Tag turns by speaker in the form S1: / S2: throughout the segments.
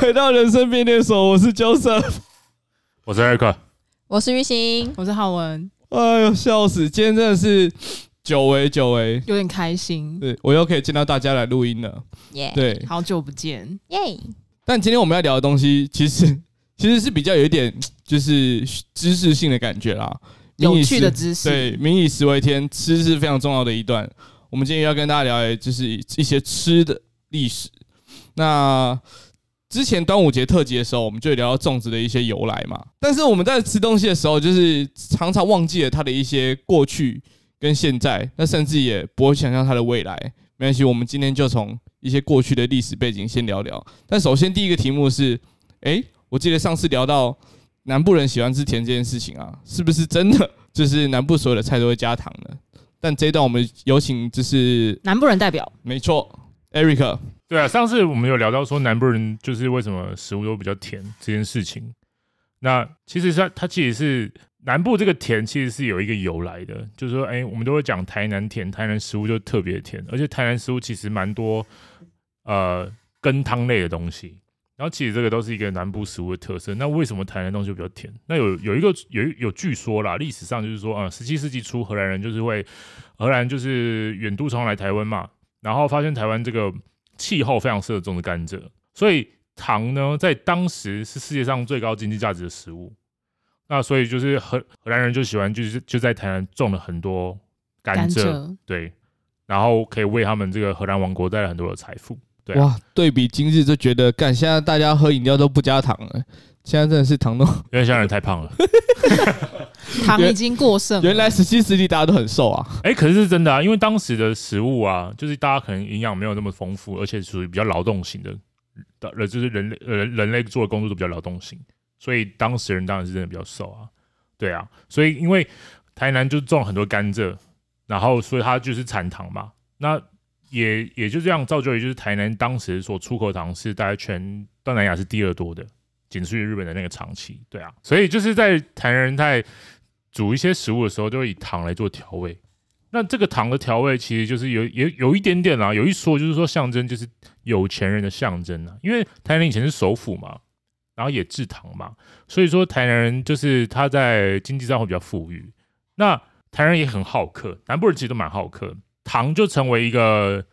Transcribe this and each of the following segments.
S1: 回到人生便利店所，我是 Joseph。
S2: 我是 Eric，
S3: 我是玉兴，
S4: 我是浩文，
S1: 哎呦，笑死！今天真的是久违久违，
S4: 有点开心，
S1: 对我又可以见到大家来录音了。
S3: 耶
S1: 对，
S4: 好久不见，
S3: 耶！
S1: 但今天我们要聊的东西，其实 其实是比较有一点就是知识性的感觉啦，民
S4: 有
S1: 以
S4: 趣
S1: 食
S4: 的知识，
S1: 对，民以食为天，吃是非常重要的一段。我们今天要跟大家聊，的就是一些吃的历史。那之前端午节特辑的时候，我们就聊到粽子的一些由来嘛。但是我们在吃东西的时候，就是常常忘记了它的一些过去跟现在，那甚至也不会想象它的未来。没关系，我们今天就从一些过去的历史背景先聊聊。但首先第一个题目是，诶，我记得上次聊到南部人喜欢吃甜这件事情啊，是不是真的？ 就是南部所有的菜都会加糖的。但这一段我们有请，就是
S4: 南部人代表，
S1: 没错，Eric，
S2: 对啊，上次我们有聊到说南部人就是为什么食物都比较甜这件事情。那其实它它其实是南部这个甜其实是有一个由来的，就是说，哎、我们都会讲台南甜，台南食物就特别甜，而且台南食物其实蛮多呃羹汤类的东西。然后其实这个都是一个南部食物的特色。那为什么台南东西比较甜？那有有一个有一有据说啦，历史上就是说，啊、呃，十七世纪初荷兰人就是会荷兰就是远渡重来台湾嘛，然后发现台湾这个气候非常适合种植甘蔗，所以糖呢在当时是世界上最高经济价值的食物。那所以就是荷荷兰人就喜欢就是就在台南种了很多甘
S4: 甘
S2: 蔗，
S4: 蔗，
S2: 对，然后可以为他们这个荷兰王国带来很多的财富。对啊
S1: 哇，对比今日就觉得，干，现在大家喝饮料都不加糖了，现在真的是糖 都，
S2: 因为现在人太胖了，
S4: 糖已经过剩了，
S1: 原来十七世纪大家都很瘦啊，
S2: 哎、可是是真的啊，因为当时的食物啊，就是大家可能营养没有那么丰富，而且属于比较劳动型的，呃，就是人类呃人类做的工作都比较劳动型，所以当时人当然是真的比较瘦啊，对啊，所以因为台南就种很多甘蔗，然后所以它就是产糖嘛，那也也就这样造就，也就是台南当时所出口糖是大概全东南亚是第二多的，仅次于日本的那个长崎，对啊，所以就是在台南人在煮一些食物的时候，就会以糖来做调味。那这个糖的调味其实就是有也有一点点啦、有一说就是说象征就是有钱人的象征啊，因为台南以前是首府嘛，然后也制糖嘛，所以说台南人就是他在经济上会比较富裕。那台南人也很好客，南部人其实都蛮好客，糖就成为一个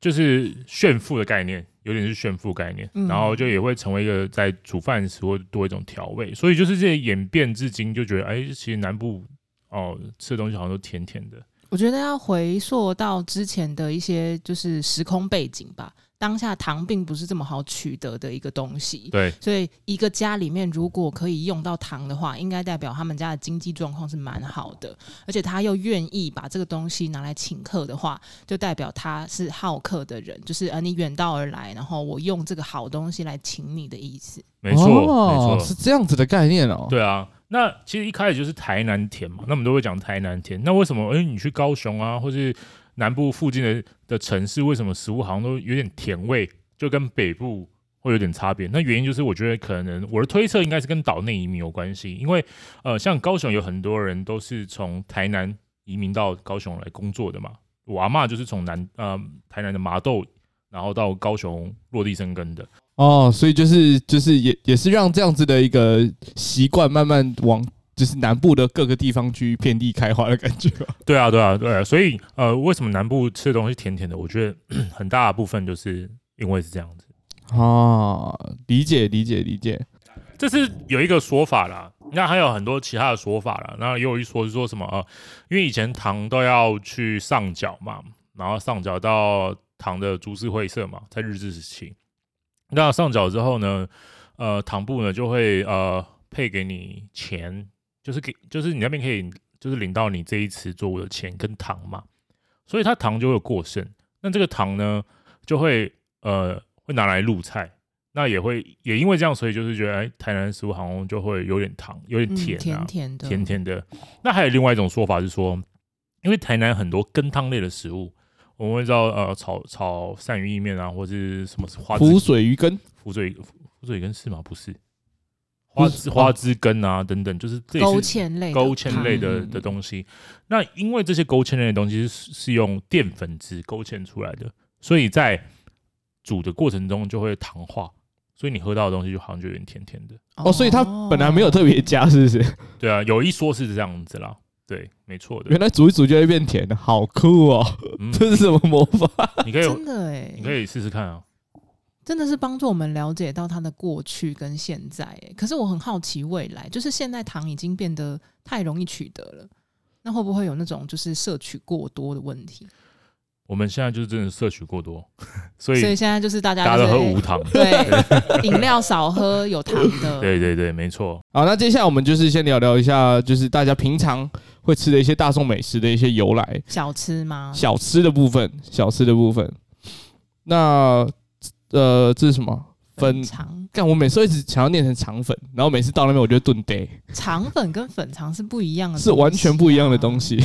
S2: 就是炫富的概念，有点是炫富概念，
S4: 嗯
S2: 然后就也会成为一个在煮饭时会多一种调味，所以就是这些演变至今就觉得，哎，其实南部哦吃的东西好像都甜甜的。
S4: 我觉得要回溯到之前的一些就是时空背景吧，当下糖并不是这么好取得的一个东西。
S2: 对，
S4: 所以，一个家里面如果可以用到糖的话，应该代表他们家的经济状况是蛮好的，而且他又愿意把这个东西拿来请客的话，就代表他是好客的人，就是呃，你远道而来，然后我用这个好东西来请你的意思。
S2: 没错，
S1: 哦
S2: 没
S1: 是
S2: 错，
S1: 这样子的概念哦，
S2: 对啊。那其实一开始就是台南甜嘛，那我们都会讲台南甜。那为什么？哎、你去高雄啊，或是南部附近的的城市，为什么食物好像都有点甜味，就跟北部会有点差别？那原因就是我觉得可能我的推测应该是跟岛内移民有关系，因为呃，像高雄有很多人都是从台南移民到高雄来工作的嘛。我阿嬷就是从南呃台南的麻豆，然后到高雄落地生根的。
S1: 哦，所以就是就是也也是让这样子的一个习惯慢慢往就是南部的各个地方去遍地开花的感觉吧，
S2: 对啊，对啊，对啊，所以呃，为什么南部吃的东西甜甜的？我觉得 很大的部分就是因为是这样子，
S1: 哦，理解理解理解，
S2: 这是有一个说法啦。那还有很多其他的说法啦。那也有一说是说什么呃，因为以前糖都要去上缴嘛，然后上缴到糖的株式会社嘛，在日治时期。那上缴之后呢，呃，糖部呢就会呃配给你钱，就是给就是你那边可以就是领到你这一次作物的钱跟糖嘛，所以它糖就会有过剩。那这个糖呢，就会呃会拿来入菜，那也会也因为这样，所以就是觉得哎，台南食物好像就会有点糖，有点甜、啊
S4: 嗯、甜甜的，
S2: 甜甜的。那还有另外一种说法是说，因为台南很多羹汤类的食物，我们会知道呃炒炒鳝鱼意面啊，或是什么花枝
S1: 浮水鱼羹，
S2: 浮水浮水羹是吗？不是，花枝花枝羹啊等等，就是这也
S4: 勾
S2: 是
S4: 芡类的
S2: 勾芡类
S1: 糖
S2: 的
S1: 嗯
S2: 的东西。那因为这些勾芡类的东西是是用淀粉质勾芡出来的，所以在煮的过程中就会糖化，所以你喝到的东西就好像就有点甜甜的。
S1: 哦，所以它本来没有特别加，是不是？
S2: 对啊，有一说是这样子啦，对，没错
S1: 原
S2: 的。
S1: 来煮一煮就会变甜的，好酷哦！
S2: 嗯，
S1: 这是什么魔法？
S2: 你可以
S4: 真的哎
S2: 你，可以试试看啊。
S4: 真的是帮助我们了解到它的过去跟现在哎。可是我很好奇未来，就是现在糖已经变得太容易取得了，那会不会有那种就是摄取过多的问题？
S2: 我们现在就是真的摄取过多， 所以
S4: 所以现在就是大
S2: 大家
S4: 家
S2: 都
S4: 就是
S2: 喝无糖。
S4: 对饮料少喝，有糖 的。
S2: 对对对，没错。
S1: 好，那接下来我们就是先聊聊一下，就是大家平常会吃的一些大众美食的一些由来，
S4: 小吃吗？
S1: 小吃的部分，小吃的部分。那呃，这是什么？粉
S4: 肠、
S1: 干，我每次都一直想要念成肠粉，然后每次到那边我就顿呆，
S4: 肠粉跟粉肠是不一样的、啊
S1: 是完全不一样的东。西。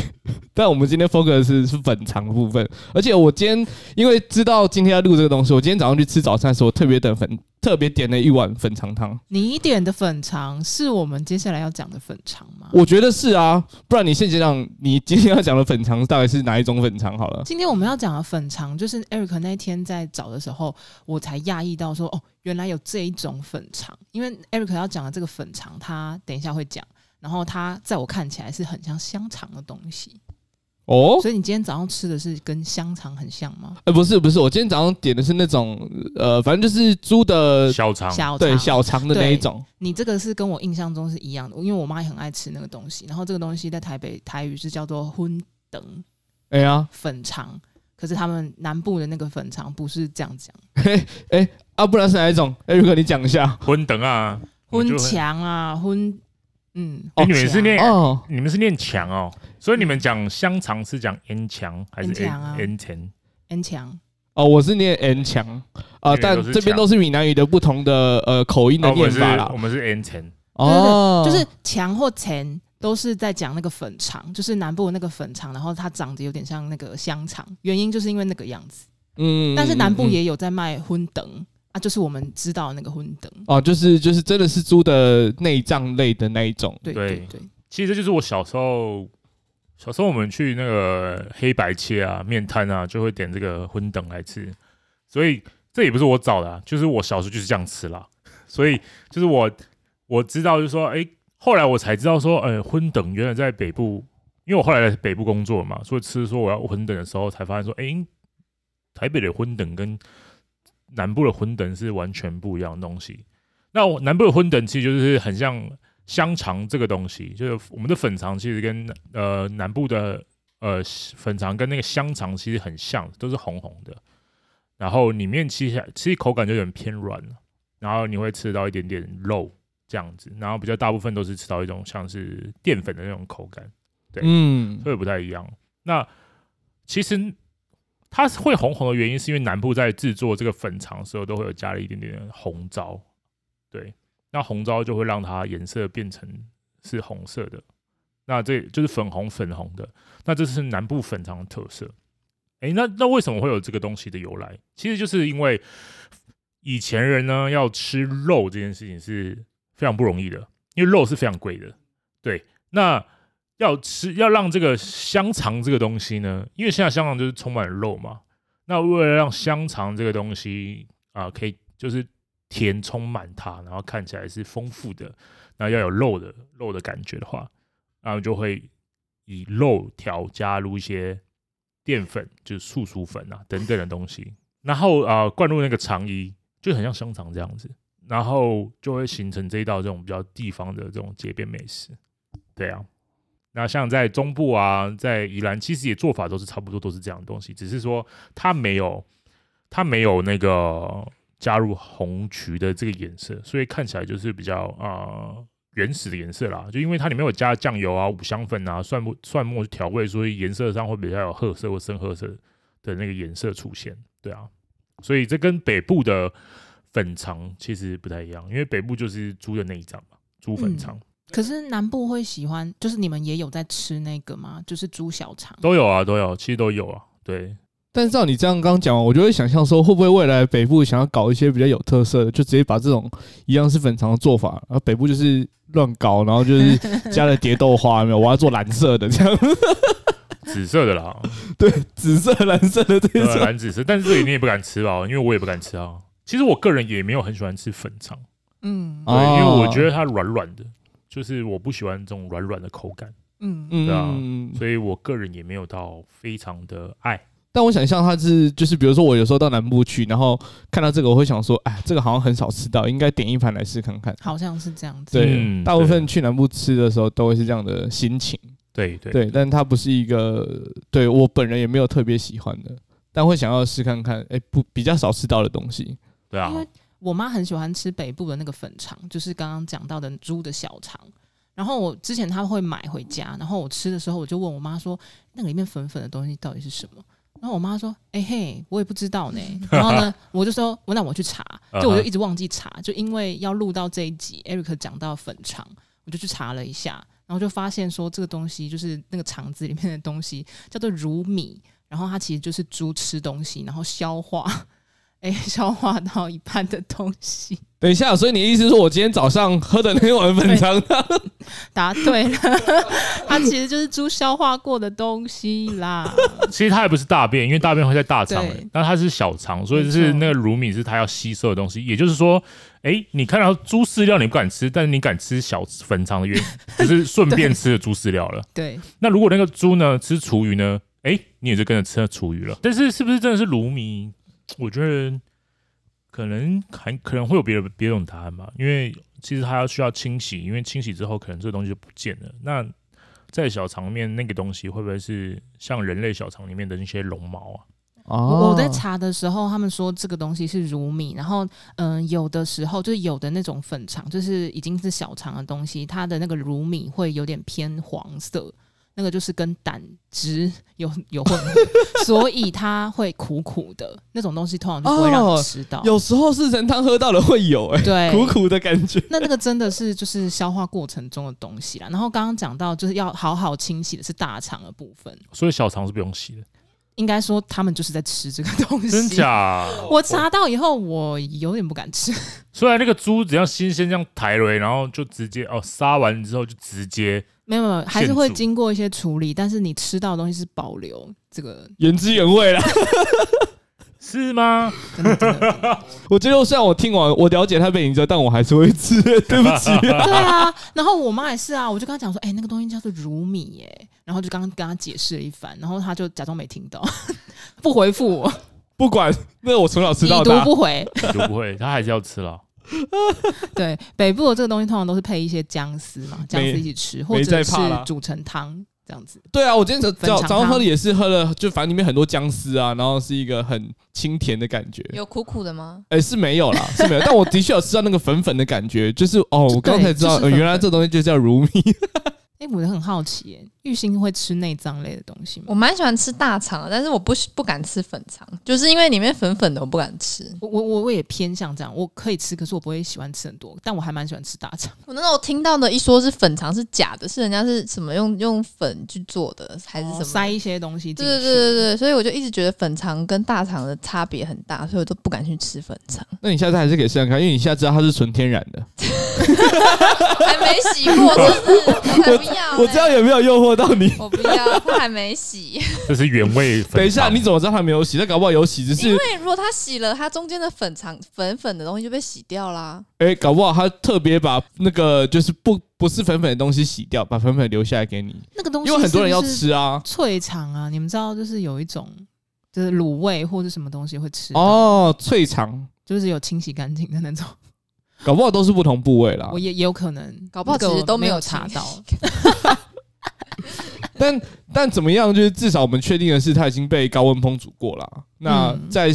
S1: 但我们今天 focus 是是粉肠的部分，而且我今天因为知道今天要录这个东西，我今天早上去吃早餐的时候，我特别等粉，特别点了一碗粉肠汤。
S4: 你点的粉肠是我们接下来要讲的粉肠吗？
S1: 我觉得是啊，不然你现阶段你今天要讲的粉肠大概是哪一种粉肠好了？
S4: 今天我们要讲的粉肠，就是 Eric 那天在找的时候，我才讶异到说，哦，原来有这一种粉肠。因为 Eric 要讲的这个粉肠，他等一下会讲，然后它在我看起来是很像香肠的东西。
S1: 哦，
S4: 所以你今天早上吃的是跟香肠很像吗？
S1: 呃，不是不是，我今天早上点的是那种呃，反正就是猪的
S2: 小肠
S4: 呃小
S1: 对
S4: 肠
S1: 小肠的那一种。
S4: 你这个是跟我印象中是一样的，因为我妈也很爱吃那个东西。然后这个东西在台北台语是叫做荤等
S1: 哎呀，
S4: 粉肠，可是他们南部的那个粉肠不是这样讲，
S1: 啊，不然是哪一种？哎，如果你讲一下
S2: 荤等啊，我
S4: 荤
S2: 就会
S4: 强啊，荤嗯，
S2: 哎你们是
S4: 强
S2: 念
S1: 哦，
S2: 你们是念强哦，所以你们讲香肠是讲 n 强还是
S4: N 强嗯啊
S2: n 强？
S4: N 强
S1: 哦，我是念 N 强啊、
S2: 那
S1: 呃
S2: 边
S1: 但
S2: 都是
S1: 这边
S2: 强
S1: 都是闽南语的不同的呃口音的
S2: 哦，我
S1: 念
S2: 们是
S1: 法啦
S2: 我。们是 n 强，
S1: 哦，
S4: 就是强或钱都是在讲那个粉肠，就是南部的那个粉肠，然后它长得有点像那个香肠，原因就是因为那个样子。
S1: 嗯
S4: 但是南部、
S1: 嗯嗯
S4: 也有在卖荤等啊，就是我们知道的那个荤等，
S1: 哦，就是就是真的是猪的内脏类的那一种。
S4: 对
S2: 对
S4: 对对，
S2: 其实这就是我小时候，小时候我们去那个黑白切啊、面摊啊，就会点这个荤等来吃，所以这也不是我找的、啊，就是我小时候就是这样吃啦。 所以就是我我知道，就是说，哎、后来我才知道说，呃，荤等原来在北部，因为我后来在北部工作嘛，所以吃说我要荤等的时候，才发现说，哎、台北的荤等跟南部的荤等是完全不一样的东西。那我南部的荤等其实就是很像香肠这个东西，就是我们的粉肠其实跟呃南部的呃粉肠跟那个香肠其实很像，都是红红的，然后里面其实其实口感就有点偏软了，然后你会吃到一点点肉这样子，然后比较大部分都是吃到一种像是淀粉的那种口感。对
S1: 嗯，
S2: 所以不太一样。那其实它是会红红的原因，是因为南部在制作这个粉肠的时候，都会有加了一点点的红糟，对，那红糟就会让它颜色变成是红色的，那这就是粉红粉红的，那这是南部粉肠的特色。诶，那那为什么会有这个东西的由来？其实就是因为以前人呢要吃肉这件事情是非常不容易的，因为肉是非常贵的。对，那要吃要让这个香肠这个东西呢，因为现在香肠就是充满了肉嘛，那为了让香肠这个东西啊、可以就是填充满它，然后看起来是丰富的，那要有肉的肉的感觉的话，然后就会以肉条加入一些淀粉，就是素薯粉啊等等的东西，然后啊、灌入那个肠衣，就很像香肠这样子，然后就会形成这一道这种比较地方的这种街边美食，对啊。那像在中部啊，在宜兰，其实也做法都是差不多，都是这样的东西，只是说它没有它没有那个加入红曲的这个颜色，所以看起来就是比较啊、呃原始的颜色啦。就因为它里面有加酱油啊、五香粉啊、蒜末蒜末去调味，所以颜色上会比较有褐色或深褐色的那个颜色出现。对啊，所以这跟北部的粉肠其实不太一样，因为北部就是猪的内脏嘛，猪粉肠。
S4: 可是南部会喜欢，就是你们也有在吃那个吗？就是猪小肠。
S2: 都有啊，都有，其实都有啊。对，
S1: 但是照你这样刚讲完，我就会想象说，会不会未来北部想要搞一些比较有特色的，就直接把这种一样是粉肠的做法，然后北部就是乱搞，然后就是加了蝶豆花，有没有？我要做蓝色的，这样
S2: 紫色的啦，
S1: 紫色、蓝色的这
S2: 对啊
S1: 种。
S2: 蓝紫色，但是这个你也不敢吃吧？因为我也不敢吃啊。其实我个人也没有很喜欢吃粉肠，
S4: 嗯
S2: 对，
S1: 哦
S2: 因为我觉得它软软的，就是我不喜欢这种软软的口感，
S4: 嗯
S1: 嗯，
S2: 对啊所以我个人也没有到非常的爱。
S1: 但我想象它是就是，比如说我有时候到南部去，然后看到这个，我会想说，哎，这个好像很少吃到，应该点一盘来试看看。
S4: 好像是这样子。
S1: 对，
S2: 嗯
S1: 大部分去南部吃的时候都会是这样的心情。
S2: 对对
S1: 对，但它不是一个对我本人也没有特别喜欢的，但会想要试看看，哎、不比较少吃到的东西。
S2: 对啊
S4: 因，为我妈很喜欢吃北部的那个粉肠，就是刚刚讲到的猪的小肠。然后我之前她会买回家，然后我吃的时候我就问我妈说，那个里面粉粉的东西到底是什么？然后我妈说：“哎、嘿，我也不知道呢。”然后呢，我就说：“我那我去查。”就我
S2: 嗯
S4: 就
S2: 哼
S4: 一直忘记查，就因为要录到这一集，Eric 讲到粉肠，我就去查了一下，然后就发现说这个东西就是那个肠子里面的东西叫做乳米，然后它其实就是猪吃东西，然后消化，哎、 消化到一半的东西。
S1: 等一下，所以你的意思是我今天早上喝的那碗粉肠，
S4: 答对了， 它其实就是猪消化过的东西 啦。
S2: 其实它也不是大便，因为大便会在大肠、
S4: 对
S2: 欸，那它是小肠，所以就
S4: 没
S2: 是
S4: 错
S2: 那个乳糜是它要吸收的东西。也就是说，哎、你看到猪饲料你不敢吃，但是你敢吃小粉肠的 原因，就是顺便吃了猪饲料了。
S4: 对，
S2: 那如果那个猪呢吃厨余呢，哎、你也就跟着吃了厨余了。但是是不是真的是乳糜？我觉得可能还可能会有别的别种答案吧，因为其实它要需要清洗，因为清洗之后可能这个东西就不见了。那在小肠里面那个东西会不会是像人类小肠里面的那些绒毛啊？
S1: 哦
S4: 我我在查的时候，他们说这个东西是乳米，然后嗯、呃有的时候就是有的那种粉肠，就是已经是小肠的东西，它的那个乳米会有点偏黄色，那个就是跟胆汁有有混合，所以它会苦苦的那种东西，通常就不会让你吃到。
S1: 有时候是人汤喝到了会有、哎，
S4: 对，
S1: 哦苦苦的感觉。
S4: 那那个真的是就是消化过程中的东西啦。然后刚刚讲到就是要好好清洗的是大肠的部分，
S2: 所以小肠是不用洗的，
S4: 应该说他们就是在吃这个东西。
S2: 真？假？
S4: 我查到以后，我有点不敢吃。
S2: 虽然那个猪只要新鲜这样抬了，然后就直接哦杀完之后就直接
S4: 没有没有，还是
S2: 现
S4: 会
S2: 煮
S4: 经过一些处理，但是你吃到的东西是保留这个
S1: 原汁原味啦，
S2: 是吗？
S4: 真的真的真的
S1: 我觉得虽然我听完我了解它背景之后，但我还是会吃，对不起、
S4: 对啊。然后我妈也是啊，我就跟她讲说，哎、那个东西叫做乳米耶、然后就刚刚跟她解释了一番，然后她就假装没听到， 不回复我，
S1: 不管，那我从小吃
S4: 已
S1: 到
S4: 读
S1: 大。
S4: 不回。
S2: 就不会，它还是要吃了。
S4: 对，北部的这个东西通常都是配一些姜丝嘛，姜丝一起吃，或者
S1: 在
S4: 是
S1: 怕啦
S4: 煮成汤这样子。
S1: 对啊，我今天早
S4: 粉肠
S1: 早
S4: 汤
S1: 早上喝的也是喝了，就反正里面很多姜丝啊，然后是一个很清甜的感觉。
S3: 有苦苦的吗？
S1: 哎、是没有啦， 是没有，但我的确有吃到那个粉粉的感觉，就是哦，
S4: 对
S1: 我刚才知道、
S4: 就是
S1: 呃
S4: 粉粉
S1: 原来这东西就叫如米。
S4: 哎、我很好奇、耶，玉兴会吃内脏类的东西吗？
S3: 我蛮喜欢吃大肠的，但是我不喜不敢吃粉肠，就是因为里面粉粉的，我不敢吃。
S4: 我我我我也偏向这样，我可以吃，可是我不会喜欢吃很多，但我还蛮喜欢吃大肠。
S3: 我那时候听到的一说是粉肠是假的，是人家是什么用用粉去做的，还是
S1: 哦
S3: 什么的？
S4: 哦塞一些东西进
S3: 对对
S4: 去？
S3: 对对对，所以我就一直觉得粉肠跟大肠的差别很大，所以我都不敢去吃粉 肠，
S1: 那你下次还是可以试试看，因为你现在知道它是纯天然的。
S3: 还没洗过，真的，我不
S4: 哦
S3: 要、
S1: 我知道，有没有诱惑到你？
S3: 我不要，它还没洗，
S2: 这是原味粉。
S1: 等一下，你怎么知道它没有洗？它搞不好有洗，只
S3: 因
S1: 是
S3: 为如果它洗了，它中间的粉肠粉粉的东西就被洗掉啦。
S1: 哎、搞不好它特别把那个就是不不是粉粉的东西洗掉，把粉粉留下来给你，
S4: 那个东西
S1: 因为很多人要
S4: 是
S1: 吃啊。
S4: 不是脆肠啊，你们知道，就是有一种就是卤味或者什么东西会吃哦，
S1: 哦，脆肠，
S4: 就是有清洗干净的那种，
S1: 搞不好都是不同部位啦
S4: 我。也也有可能，
S3: 搞不好
S4: 这个
S3: 其实都
S4: 我没
S3: 没有
S4: 查
S3: 清洗
S4: 到。
S1: 但但怎么样，就是至少我们确定的是，它已经被高温烹煮过了。那
S4: 嗯
S1: 在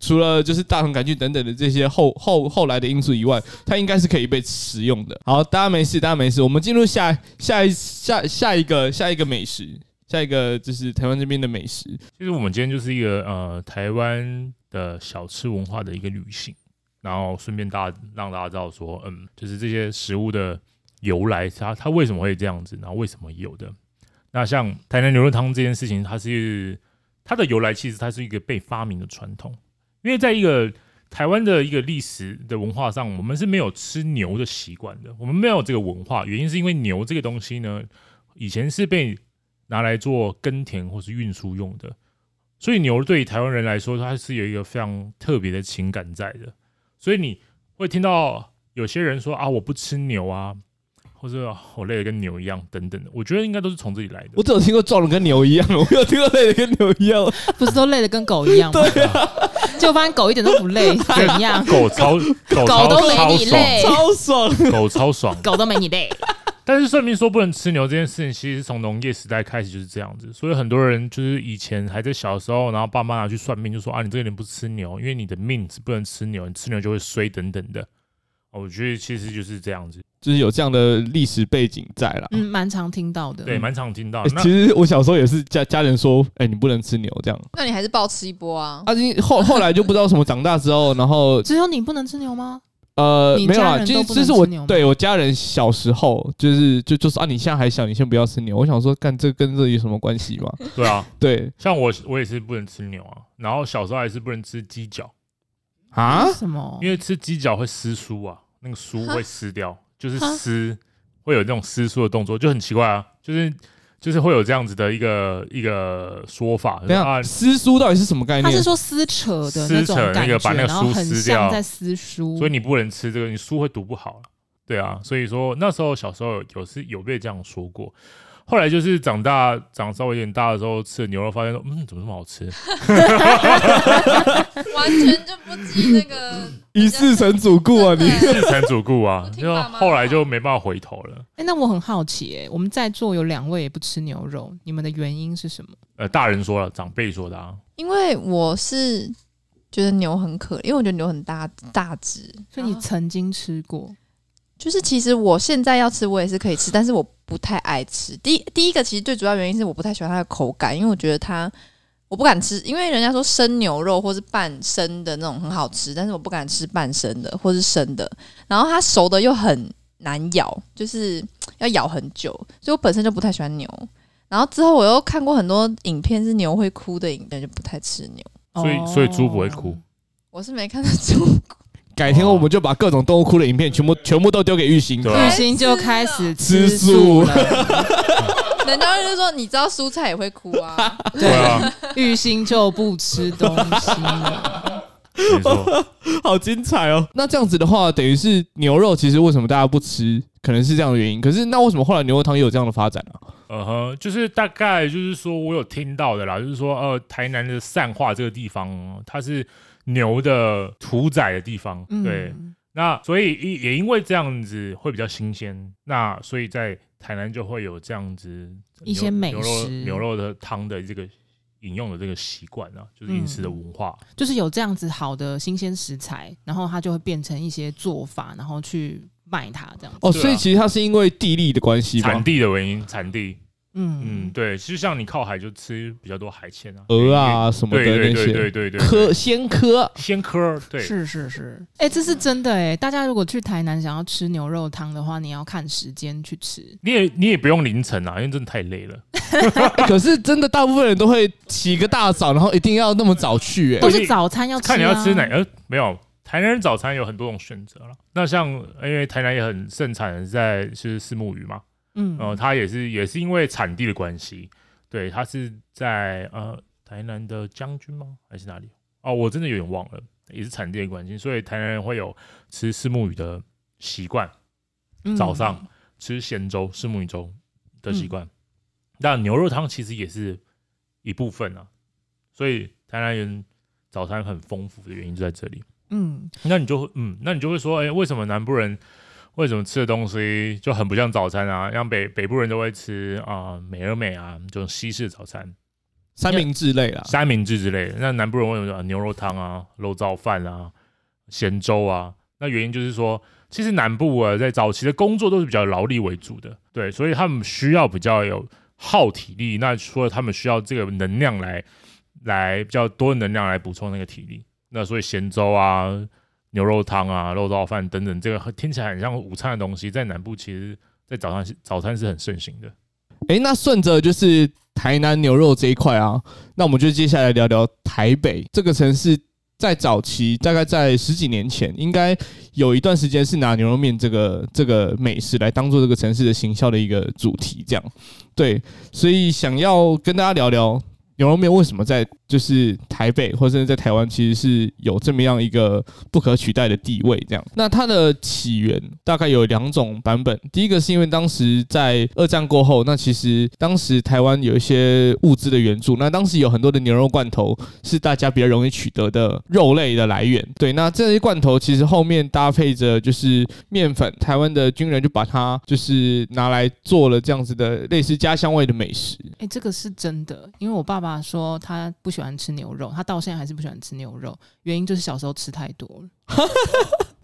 S1: 除了就是大肠杆菌等等的这些后后后来的因素以外，它应该是可以被食用的。好，大家没事，大家没事，我们进入下下一下下一个下一个美食，下一个就是台湾这边的美食。
S2: 其实我们今天就是一个呃台湾的小吃文化的一个旅行，然后顺便大家让大家知道说，嗯，就是这些食物的由来，它它为什么会这样子，然后为什么有的。那像台南牛肉汤这件事情，它是它的由来，其实它是一个被发明的传统，因为在一个台湾的一个历史的文化上，我们是没有吃牛的习惯的，我们没有这个文化，原因是因为牛这个东西呢，以前是被拿来做耕田或是运输用的，所以牛对于台湾人来说，它是有一个非常特别的情感在的。所以你会听到有些人说啊，我不吃牛啊，或者啊我累得跟牛一样等等的。我觉得应该都是从这里来的
S1: 我。只有听过撞的跟牛一样，我没有听过累的跟牛一样。
S4: 不是都累得跟狗 一样吗？
S2: 啊
S4: 就发现狗一点都不累，怎样？
S2: 狗 超狗超
S4: 都没
S2: 超
S4: 你累
S2: 爽，
S1: 超爽。
S2: 狗超爽。
S4: 狗都没你累。
S2: 但是证明说不能吃牛这件事情，其实是从农业时代开始就是这样子，所以很多人就是以前还在小时候，然后爸妈拿去算命，就说啊，你这个人不吃牛，因为你的命是不能吃牛，你吃牛就会衰等等的。哦我觉得其实就是这样子，
S1: 就是有这样的历史背景在啦。
S4: 嗯，蛮常听到的。
S2: 对，蛮常听到。
S1: 欸
S2: 那
S1: 其实我小时候也是家家人说，哎、你不能吃牛这样。
S3: 那你还是暴吃一波啊！
S1: 啊，因后后来就不知道什么，长大之后，然后
S4: 只有你不能吃牛吗？
S1: 呃，
S4: 你
S1: 没有
S4: 家
S1: 啊，
S4: 人
S1: 就
S4: 都
S1: 是就
S4: 不能
S1: 是
S4: 吃
S1: 我
S4: 牛吗
S1: 对我家人小时候就是就就是啊，你现在还小，你先不要吃牛。我想说，干这跟这有什么关 系吗？
S2: 对啊，
S1: 对
S2: 像我我也是不能吃牛啊，然后小时候还是不能吃鸡脚，
S1: 啊，
S4: 什么？
S2: 因为吃鸡脚会撕酥啊，那个酥
S3: 哈
S2: 会撕掉，就是
S4: 哈
S2: 撕会有那种撕酥的动作，就很奇怪啊，就是就是会有这样子的一个一个说法，就
S1: 等
S2: 是
S1: 一下，，
S2: 啊
S1: 撕书到底是什么概
S4: 他是
S1: 念？
S4: 说撕扯的
S2: 撕扯
S4: 种
S2: 那
S4: 感
S2: 个
S4: 觉，
S2: 把那个
S4: 然后
S2: 书
S4: 很
S2: 撕掉
S4: 像在撕书，
S2: 所以你不能吃这个，你书会读不好了。对啊，所以说那时候小时候有是有被这样说过，后来就是长大长稍微有点大的时候吃了牛肉，发现说嗯怎么这么好吃？
S3: 完全就不记那个
S1: 一世成主顾啊，你
S2: 是成主顾啊，
S3: 我听
S2: 就
S3: 爸妈
S2: 后来就没办法回头了。
S4: 哎、那我很好奇、哎，我们在座有两位也不吃牛肉，你们的原因是什么？
S2: 呃，大人说了，长辈说的啊，
S3: 因为我是觉得牛很可怜，因为我觉得牛很大大只，
S4: 所以你
S3: 然后
S4: 曾经吃过，
S3: 就是其实我现在要吃，我也是可以吃，但是我不太爱吃。第一第一个其实最主要原因是我不太喜欢它的口感，因为我觉得它我不敢吃，因为人家说生牛肉或是半生的那种很好吃，但是我不敢吃半生的或是生的，然后它熟的又很难咬，就是要咬很久，所以我本身就不太喜欢牛。然后之后我又看过很多影片是牛会哭的影片，就不太吃牛。
S2: 所以
S4: 哦
S2: 所以猪不会哭。
S3: 我是没看得出，
S1: 改天我们就把各种动物哭的影片全部全部都丢给玉兴。
S2: 对啊
S4: 玉兴就开始
S1: 吃素
S4: 素了，
S3: 人家就是说你知道蔬菜也会哭啊，
S2: 对啊，
S4: 玉兴就不吃东西了。
S2: 没错，
S1: 好精彩哦！那这样子的话，等于是牛肉其实为什么大家不吃，可能是这样的原因。可是那为什么后来牛肉汤也有这样的发展啊？
S2: 呃哼，就是大概就是说我有听到的啦，就是说呃，台南的善化这个地方，它是牛的屠宰的地方，
S4: 嗯，
S2: 对，那所以也也因为这样子会比较新鲜，那所以在台南就会有这样子
S4: 一
S2: 牛
S4: 些美
S2: 牛肉
S4: 食
S2: 牛肉的汤的这个饮用的这个习惯啊，就是饮食的文化。
S4: 就是有这样子好的新鲜食材，然后它就会变成一些做法，然后去卖它这样子。
S1: 哦，
S2: 对啊
S1: 所以其实它是因为地利的关系
S2: 产
S1: 吧？
S2: 地的原因，产地，嗯，
S4: 嗯，
S2: 对，其实像你靠海就吃比较多海鲜啊，
S1: 鹅啊什么的
S2: 对，对
S1: 那
S2: 对对
S1: 些
S2: 对对对，
S1: 科先科，
S2: 鲜科，对，
S4: 是是是，哎、这是真的哎、大家如果去台南想要吃牛肉汤的话，你要看时间去吃。
S2: 你也你也不用凌晨啊，因为真的太累了，
S1: 欸可是真的大部分人都会起个大早，然后一定要那么早去、欸。
S4: 都是早餐要吃、啊，
S2: 看你要吃哪，呃，没有。台南人早餐有很多种选择了，那像因为台南也很盛产的在是四目鱼嘛，
S4: 嗯，
S2: 呃，它也是也是因为产地的关系，对，它是在呃台南的将军吗？还是哪里？哦，我真的有点忘了，也是产地的关系，所以台南人会有吃虱目鱼的习惯，
S4: 嗯
S2: 早上、吃咸粥、虱目鱼粥的习惯。那、牛肉汤其实也是一部分啊，所以台南人早餐很丰富的原因就在这里。
S4: 嗯，
S2: 那你就会，嗯，那你就会说，哎、为什么南部人为什么吃的东西就很不像早餐啊？像北北部人都会吃啊、美而美啊这种西式早餐，
S1: 三明治类啦，
S2: 三明治之类的。那南部人为什么说、啊牛肉汤啊、肉燥饭啊、咸粥啊？那原因就是说，其实南部啊在早期的工作都是比较劳力为主的，对，所以他们需要比较有耗体力。那除了他们需要这个能量来来比较多的能量来补充那个体力，那所以咸粥啊、牛肉汤啊、肉燥饭等等，这个听起来很像午餐的东西，在南部其实，在早上是早餐是很盛行的。
S1: 哎、那顺着就是台南牛肉这一块啊，那我们就接下来聊聊台北这个城市。在早期，大概在十几年前，应该有一段时间是拿牛肉面这个这个美食来当做这个城市的行销的一个主题，这样对。所以想要跟大家聊聊牛肉面为什么在就是台北或者是在台湾，其实是有这么样一个不可取代的地位。这样，那它的起源大概有两种版本。第一个是因为当时在二战过后，那其实当时台湾有一些物资的援助，那当时有很多的牛肉罐头是大家比较容易取得的肉类的来源。对，那这些罐头其实后面搭配着就是面粉，台湾的军人就把它就是拿来做了这样子的类似家乡味的美食。
S4: 哎、这个是真的，因为我爸爸说他不喜欢吃牛肉，他到现在还是不喜欢吃牛肉，原因就是小时候吃太多了。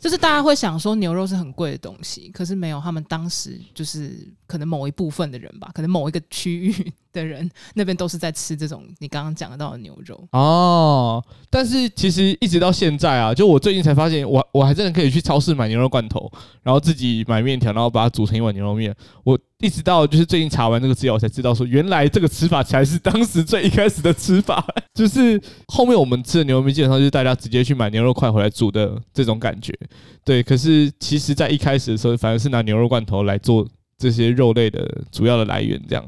S4: 就是大家会想说牛肉是很贵的东西，可是没有，他们当时就是可能某一部分的人吧，可能某一个区域的人那边都是在吃这种你刚刚讲得到的牛肉。
S1: 哦，但是其实一直到现在啊，就我最近才发现我，我还真的可以去超市买牛肉罐头，然后自己买面条，然后把它煮成一碗牛肉面。我一直到就是最近查完这个资料，我才知道说，原来这个吃法才是当时最一开始的吃法， 就是后面我们吃的牛肉面基本上就是大家直接去买牛肉块回来煮的这种感觉。对，可是其实在一开始的时候，反而是拿牛肉罐头来做这些肉类的主要的来源，这样。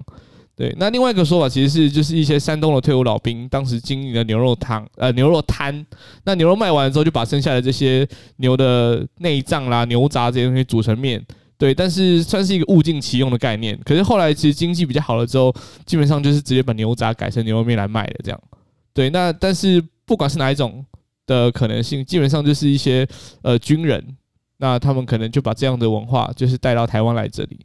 S1: 对，那另外一个说法其实是，就是一些山东的退伍老兵当时经营的牛肉汤，呃，牛肉摊。那牛肉卖完之后，就把剩下的这些牛的内脏啦、牛杂这些东西煮成面。对，但是算是一个物尽其用的概念。可是后来其实经济比较好了之后，基本上就是直接把牛杂改成牛肉面来卖的这样。对，那但是不管是哪一种的可能性，基本上就是一些呃军人，那他们可能就把这样的文化就是带到台湾来这里。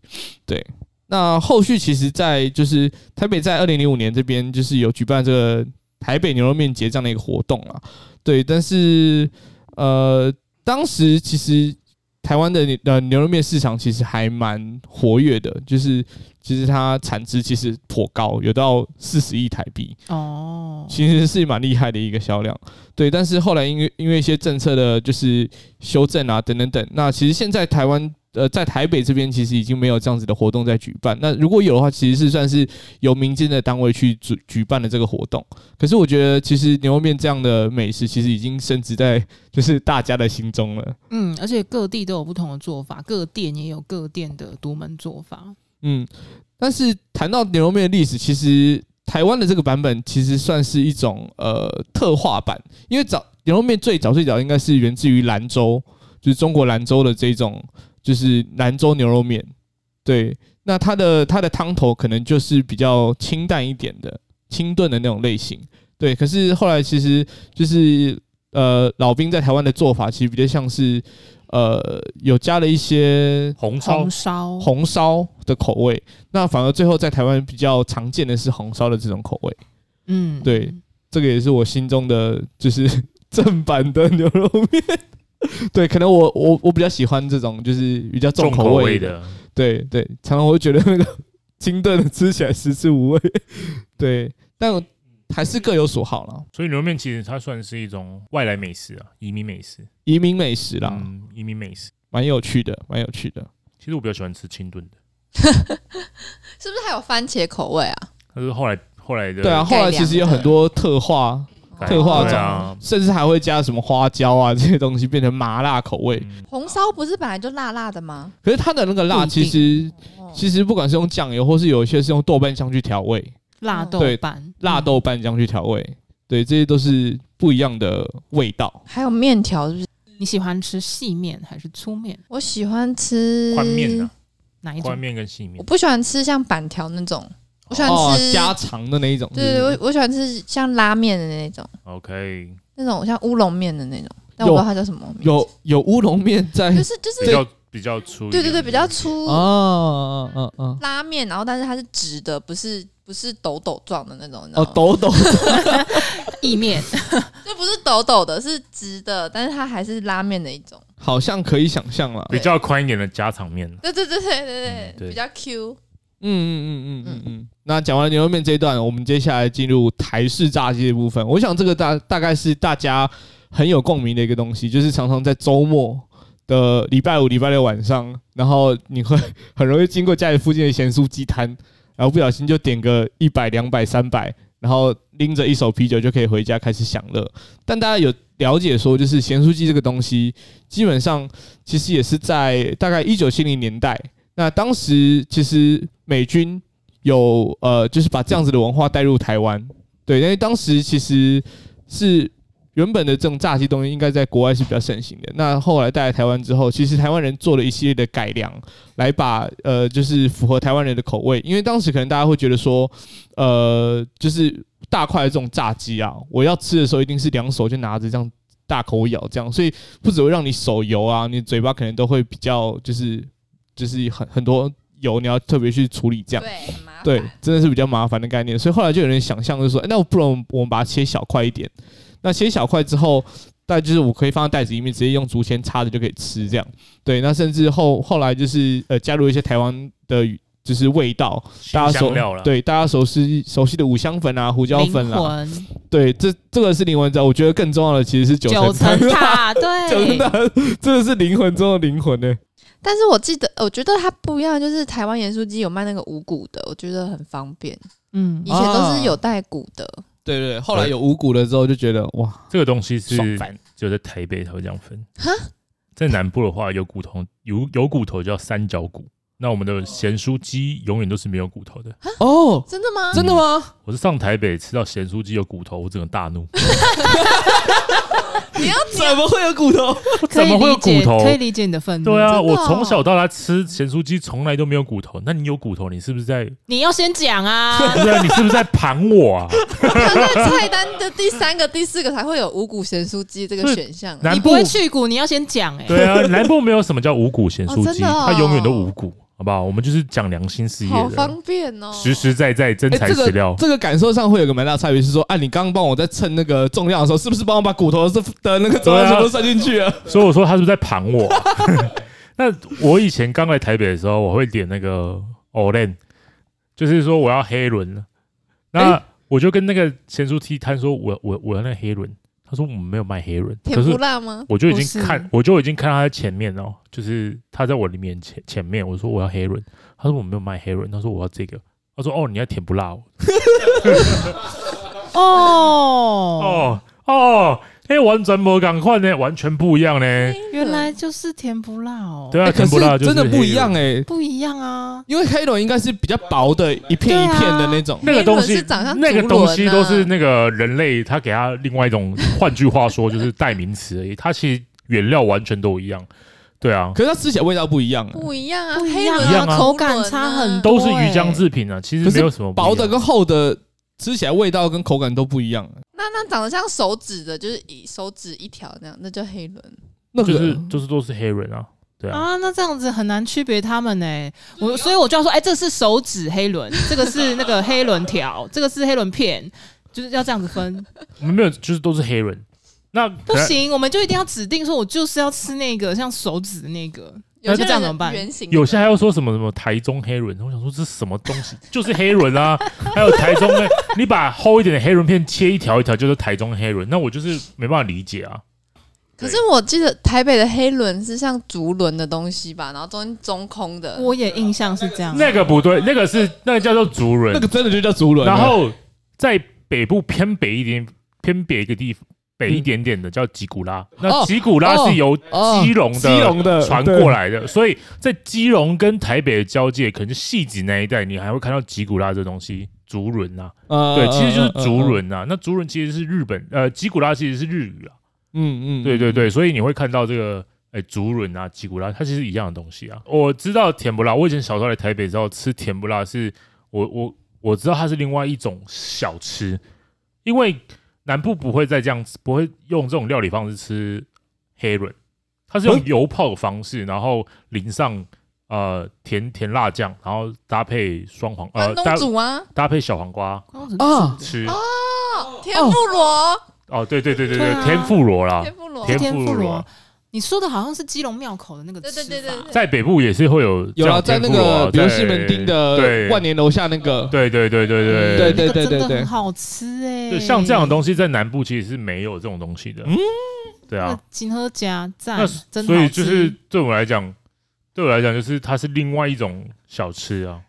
S1: 对，那后续其实，在就是台北在二零零五年这边就是有举办这个台北牛肉面节这样的一个活动啊，对，但是呃，当时其实台湾的呃牛肉面市场其实还蛮活跃的，就是其实它产值其实颇高，有到四十亿台币，
S4: 哦，
S1: 其实是蛮厉害的一个销量，对。但是后来因为因为一些政策的，就是修正啊，等等等。那其实现在台湾呃，在台北这边其实已经没有这样子的活动在举办。那如果有的话，其实是算是由民间的单位去举举办的这个活动。可是我觉得，其实牛肉面这样的美食，其实已经升值在就是大家的心中了。
S4: 嗯，而且各地都有不同的做法，各店也有各店的独门做法。
S1: 嗯，但是谈到牛肉面的历史，其实台湾的这个版本其实算是一种呃特化版，因为早牛肉面最早最早应该是源自于兰州，就是中国兰州的这种就是兰州牛肉面。对，那它的它的汤头可能就是比较清淡一点的清炖的那种类型。对，可是后来其实就是呃老兵在台湾的做法，其实比较像是呃有加了一些
S2: 红烧
S4: 红烧，
S1: 红烧的口味，那反而最后在台湾比较常见的是红烧的这种口味，
S4: 嗯，
S1: 对，这个也是我心中的就是 正版的牛肉面。 对，可能我我我比较喜欢这种就是比较重
S2: 重
S1: 口
S2: 口
S1: 味
S2: 味
S1: 的，
S2: 的，
S1: 对对，常常我会觉得那个 清炖的吃起来食之无味， 对，但我还是各有所好啦，
S2: 所以牛肉面其实它算是一种外来美食啊，移民美食，
S1: 移民美食啦，
S2: 嗯，移民美食。
S1: 蛮、有趣的，蛮有趣的。
S2: 其实我比较喜欢吃清炖的，
S3: 是不是还有番茄口味啊？
S2: 但是后来后来的
S1: 对啊，后来其实有很多特化
S2: 改
S1: 特化
S2: 对
S1: 种
S2: 啊，
S1: 甚至还会加什么花椒啊这些东西，变成麻辣口味。
S2: 嗯
S3: 红烧不是本来就辣辣的吗？
S1: 可是它的那个辣，
S4: 不一
S1: 其
S4: 定
S1: 实
S3: 哦
S1: 其实不管是用酱油，或是有一些是用豆瓣酱去调味，
S4: 辣豆
S1: 对
S4: 瓣，嗯
S1: 辣豆瓣酱去调味，对，这些都是不一样的味道。
S3: 还有面条是不是？
S4: 嗯。你喜欢吃细面还是粗面？
S3: 我喜欢吃
S2: 宽面啊，
S4: 哪
S3: 嗯
S4: 一
S2: 宽
S4: 种？
S2: 面跟细面
S3: 我，不喜欢吃像板条那种，我喜欢
S1: 哦嗯
S3: 吃，
S1: 家常的那一种，
S3: 对对，我我喜欢吃像拉面的那种，
S2: OK，
S3: 那种像乌龙面的那种，但我不知道它叫什么名字，
S1: 有哎有乌龙面在
S3: 就是就是
S2: 比较比较粗一
S3: 对
S2: 点，嗯
S3: 对对，比较粗
S1: 哦，嗯嗯 嗯，
S3: 拉面，然后但是它是直的，不是不是抖抖状的那种，你知道
S1: 哦
S3: 吗，
S1: 抖抖，
S4: 意面，
S3: 就不是抖抖的，是直的，但是它还是拉面的一种。
S1: 好像可以想象了。
S2: 比较宽一点的家常面，
S3: 对对对对对
S2: 嗯
S3: 对，
S2: 对
S3: 比较 Q。
S1: 嗯嗯嗯嗯嗯嗯。那讲完牛肉面这一段，我们接下来进入台式炸鸡的部分。我想这个大大概是大家很有共鸣的一个东西，就是常常在周末的礼拜五、礼拜六晚上，然后你会很容易经过家里附近的咸酥鸡摊，然后不小心就点个一百、两百、三百，然后拎着一手啤酒就可以回家开始享乐。但大家有了解说，就是咸酥鸡这个东西，基本上其实也是在大概一九七零年代。那当时其实美军有呃，就是把这样子的文化带入台湾，对，因为当时其实是原本的这种炸鸡东西应该在国外是比较盛行的，那后来带来台湾之后，其实台湾人做了一系列的改良，来把呃就是符合台湾人的口味，因为当时可能大家会觉得说，呃，就是大块的这种炸鸡啊，我要吃的时候一定是两手就拿着这样。大口咬这样，所以不只会让你手油啊，你嘴巴可能都会比较就是就是很很多油，你要特别去处理这样。
S3: 对，很麻烦。
S1: 对，真的是比较麻烦的概念。所以后来就有人想象，就是说，诶哎那不然我们我们把它切小块一点。那切小块之后，袋就是我可以放在袋子里面，直接用竹签插着就可以吃这样。对，那甚至后后来就是呃加入一些台湾的就是味道，大
S2: 新
S1: 家熟
S2: 香料了，，
S1: 对大家熟悉熟悉的五香粉啊、胡椒
S4: 灵
S1: 粉啊，
S4: 魂
S1: 对，这这个是灵魂在。我觉得更重要的其实是九
S4: 九层
S1: 层塔，
S4: 塔，
S1: 九层
S4: 对，
S1: 塔真的是灵魂中的灵魂呢、
S3: 但是我记得，呃我觉得它不一样，就是台湾盐酥鸡有卖那个无骨的，我觉得很方便。
S4: 嗯
S3: 以，前都是有带骨的，
S1: 对对，后来有五谷了之后，就觉得哇，
S2: 这个东西是
S1: 爽翻！
S2: 只有在台北才会这样分
S3: 哈。
S2: 在南部的话，有骨头，有有骨头叫三角骨。那我们的咸酥鸡永远都是没有骨头的。啊
S1: 哦，
S3: 真的啊吗？
S1: 真的吗？
S2: 我是上台北吃到咸酥鸡有骨头，我整个大怒。
S1: 怎么会有骨 头？
S4: 可
S2: 怎
S4: 以
S2: 么会有
S4: 理解，
S2: 骨头
S4: 可以理解你的愤怒。
S2: 对啊，
S3: 真的
S2: 我
S3: 哦
S2: 从小到大吃咸酥鸡从来都没有骨头。那你有骨头，你是不是在？
S4: 你要先讲啊，
S2: 对啊，你是不是在盘我啊？
S3: 可能菜单的第三个、第四个才会有无骨咸酥鸡这个选项。啊
S2: 南
S4: 你
S2: 部
S4: 不会去骨，你要先讲哎、
S2: 对啊，南部没有什么叫无骨咸酥
S3: 哦
S2: 鸡，
S3: 真的哦
S2: 它永远都无骨，好不好？我们就是讲良心事业
S3: 好
S2: 的，
S3: 方便哦！
S2: 实实在在真
S1: 哎，
S2: 材实料。
S1: 这个感受上会有个蛮大的差别，是说，啊，你刚刚帮我在称那个重量的时候，是不是帮我把骨头是的那个重量全都算进去啊了？
S2: 所以我说他是不是在盘我啊、 那我以前刚来台北的时候，我会点那个 Olen，就是说我要黑轮了。那我就跟那个咸酥鸡摊说我，我我要那个黑轮，他说我们没有卖黑轮，可
S3: 甜
S2: 是
S3: 不辣吗？
S2: 我就已
S4: 不
S2: 经
S4: 是
S2: 看，我就已经看到他在前面哦，就是他在我里面前前面，我说我要黑人，他说我没有卖黑人，他说我要这个，他说哦你要甜不辣哦
S4: 哦，
S2: 哦哦，哎、完全不赶快呢，完全不一样呢，
S4: 原来就是哎甜不辣哦，
S2: 对啊，
S1: 哎可
S2: 甜不辣
S1: 是
S2: 就是
S1: 真的不
S2: 黑
S1: 一
S2: 人
S1: 样哎，
S4: 不一样啊。
S1: 因为黑龙应该是比较薄的，一片一片的那种。
S2: 那个东
S3: 黑
S2: 西
S3: 人是长相，
S2: 那个
S3: 竹
S2: 东
S3: 轮
S2: 西
S3: 啊
S2: 都是那个人类，他给他另外一种，换句 话说就是代名词而已。它其实原料完全都一样，对啊，
S1: 可是它吃起来味道不一样啊，
S3: 不一样啊，
S4: 不一
S3: 黑
S4: 样
S3: 轮
S2: 一样啊
S3: 啊，
S4: 口感差很
S2: 都
S4: 多
S2: 是鱼浆制品啊，其实没有什么不一
S1: 薄
S2: 样
S1: 的跟厚的吃起来味道跟口感都不一样啊。
S3: 那那长得像手指的，就是以手指一条那样，那叫黑轮。
S1: 那
S2: 就
S1: 个
S2: 是就是都是黑人啊，对啊，
S4: 啊，那这样子很难区别他们呢、欸我所以我就要说，哎、这是手指黑轮，这个是那个黑轮条，这个是黑轮片，就是要这样子分。
S2: 我们没有就是都是黑人。那
S4: 不行，我们就一定要指定说，我就是要吃那个像手指的那个。
S3: 有
S4: 那
S3: 些
S4: 这样
S3: 人
S4: 怎么办
S3: 圆形的
S2: 有些还要说什么什么台中黑人，我想说这是什么东西？就是黑人啊，还有台中黑，你把厚一点的黑人片切一条一条，就是台中黑人，那我就是没办法理解啊。
S3: 可是我记得台北的黑轮是像竹轮的东西吧，然后中间中空
S1: 呃
S3: 的。
S4: 我也印象是这样。
S1: 啊
S2: 那个不对，那个是那个叫做族人
S1: 那，个真的就叫竹轮啊。
S2: 然后在北部偏北一点，偏北一个地方，北一点点的叫吉古拉。那吉古拉是由
S1: 哦
S2: 基隆
S1: 基
S2: 的
S1: 隆的
S2: 传过，来的，所以在基隆跟台北的交界，可能是戏子那一带，你还会看到吉古拉这东西，竹轮啊，
S1: 对呃
S2: 对，其实就是竹
S1: 嗯
S2: 轮啊。那竹轮其实是日本，呃，吉古拉其实是日语啊，
S1: 嗯嗯，
S2: 对对对，所以你会看到这个。哎，竹轮啊，吉古拉，它其实一样的东西啊。我知道甜不辣，我以前小时候来台北之后吃甜不辣是，我我我知道它是另外一种小吃，因为南部不会再这样子，不会用这种料理方式吃黑轮，它是用油泡的方式，然后淋上呃甜甜辣酱，然后搭配双黄呃
S3: 关
S2: 搭
S3: 东煮啊，
S2: 搭配小黄瓜
S1: 啊，
S2: 吃。
S3: 哦，天妇罗，
S2: 哦，对对对对
S4: 对
S2: 对，
S4: 啊
S2: 天妇罗啦，
S3: 天妇罗，
S2: 天
S4: 天妇
S2: 妇罗
S4: 罗，你说的好像是基隆庙口的那个
S3: 对
S4: 吃
S3: 对
S4: 法，
S3: 对对对，
S2: 在北部也是会有
S1: 呃有
S2: 这
S1: 了，
S2: 样
S1: 在
S2: 天
S1: 那
S2: 妇罗啊
S1: 个比如
S2: 在
S1: 西门町
S2: 对
S1: 的万年楼下那个，
S2: 对对对对对
S1: 对
S4: 那
S1: 对
S4: 个
S1: 对
S4: 真的
S1: 对
S4: 很好吃哎、
S2: 对，像这样的东西在南部其实是没有这种东西的。
S1: 嗯
S2: 对
S4: 那
S2: 啊，
S4: 金喝家赞
S2: 那，
S4: 真
S2: 所以
S4: 好
S2: 就
S4: 吃
S2: 是对我来讲，对我来讲就是它是另外一种小吃啊，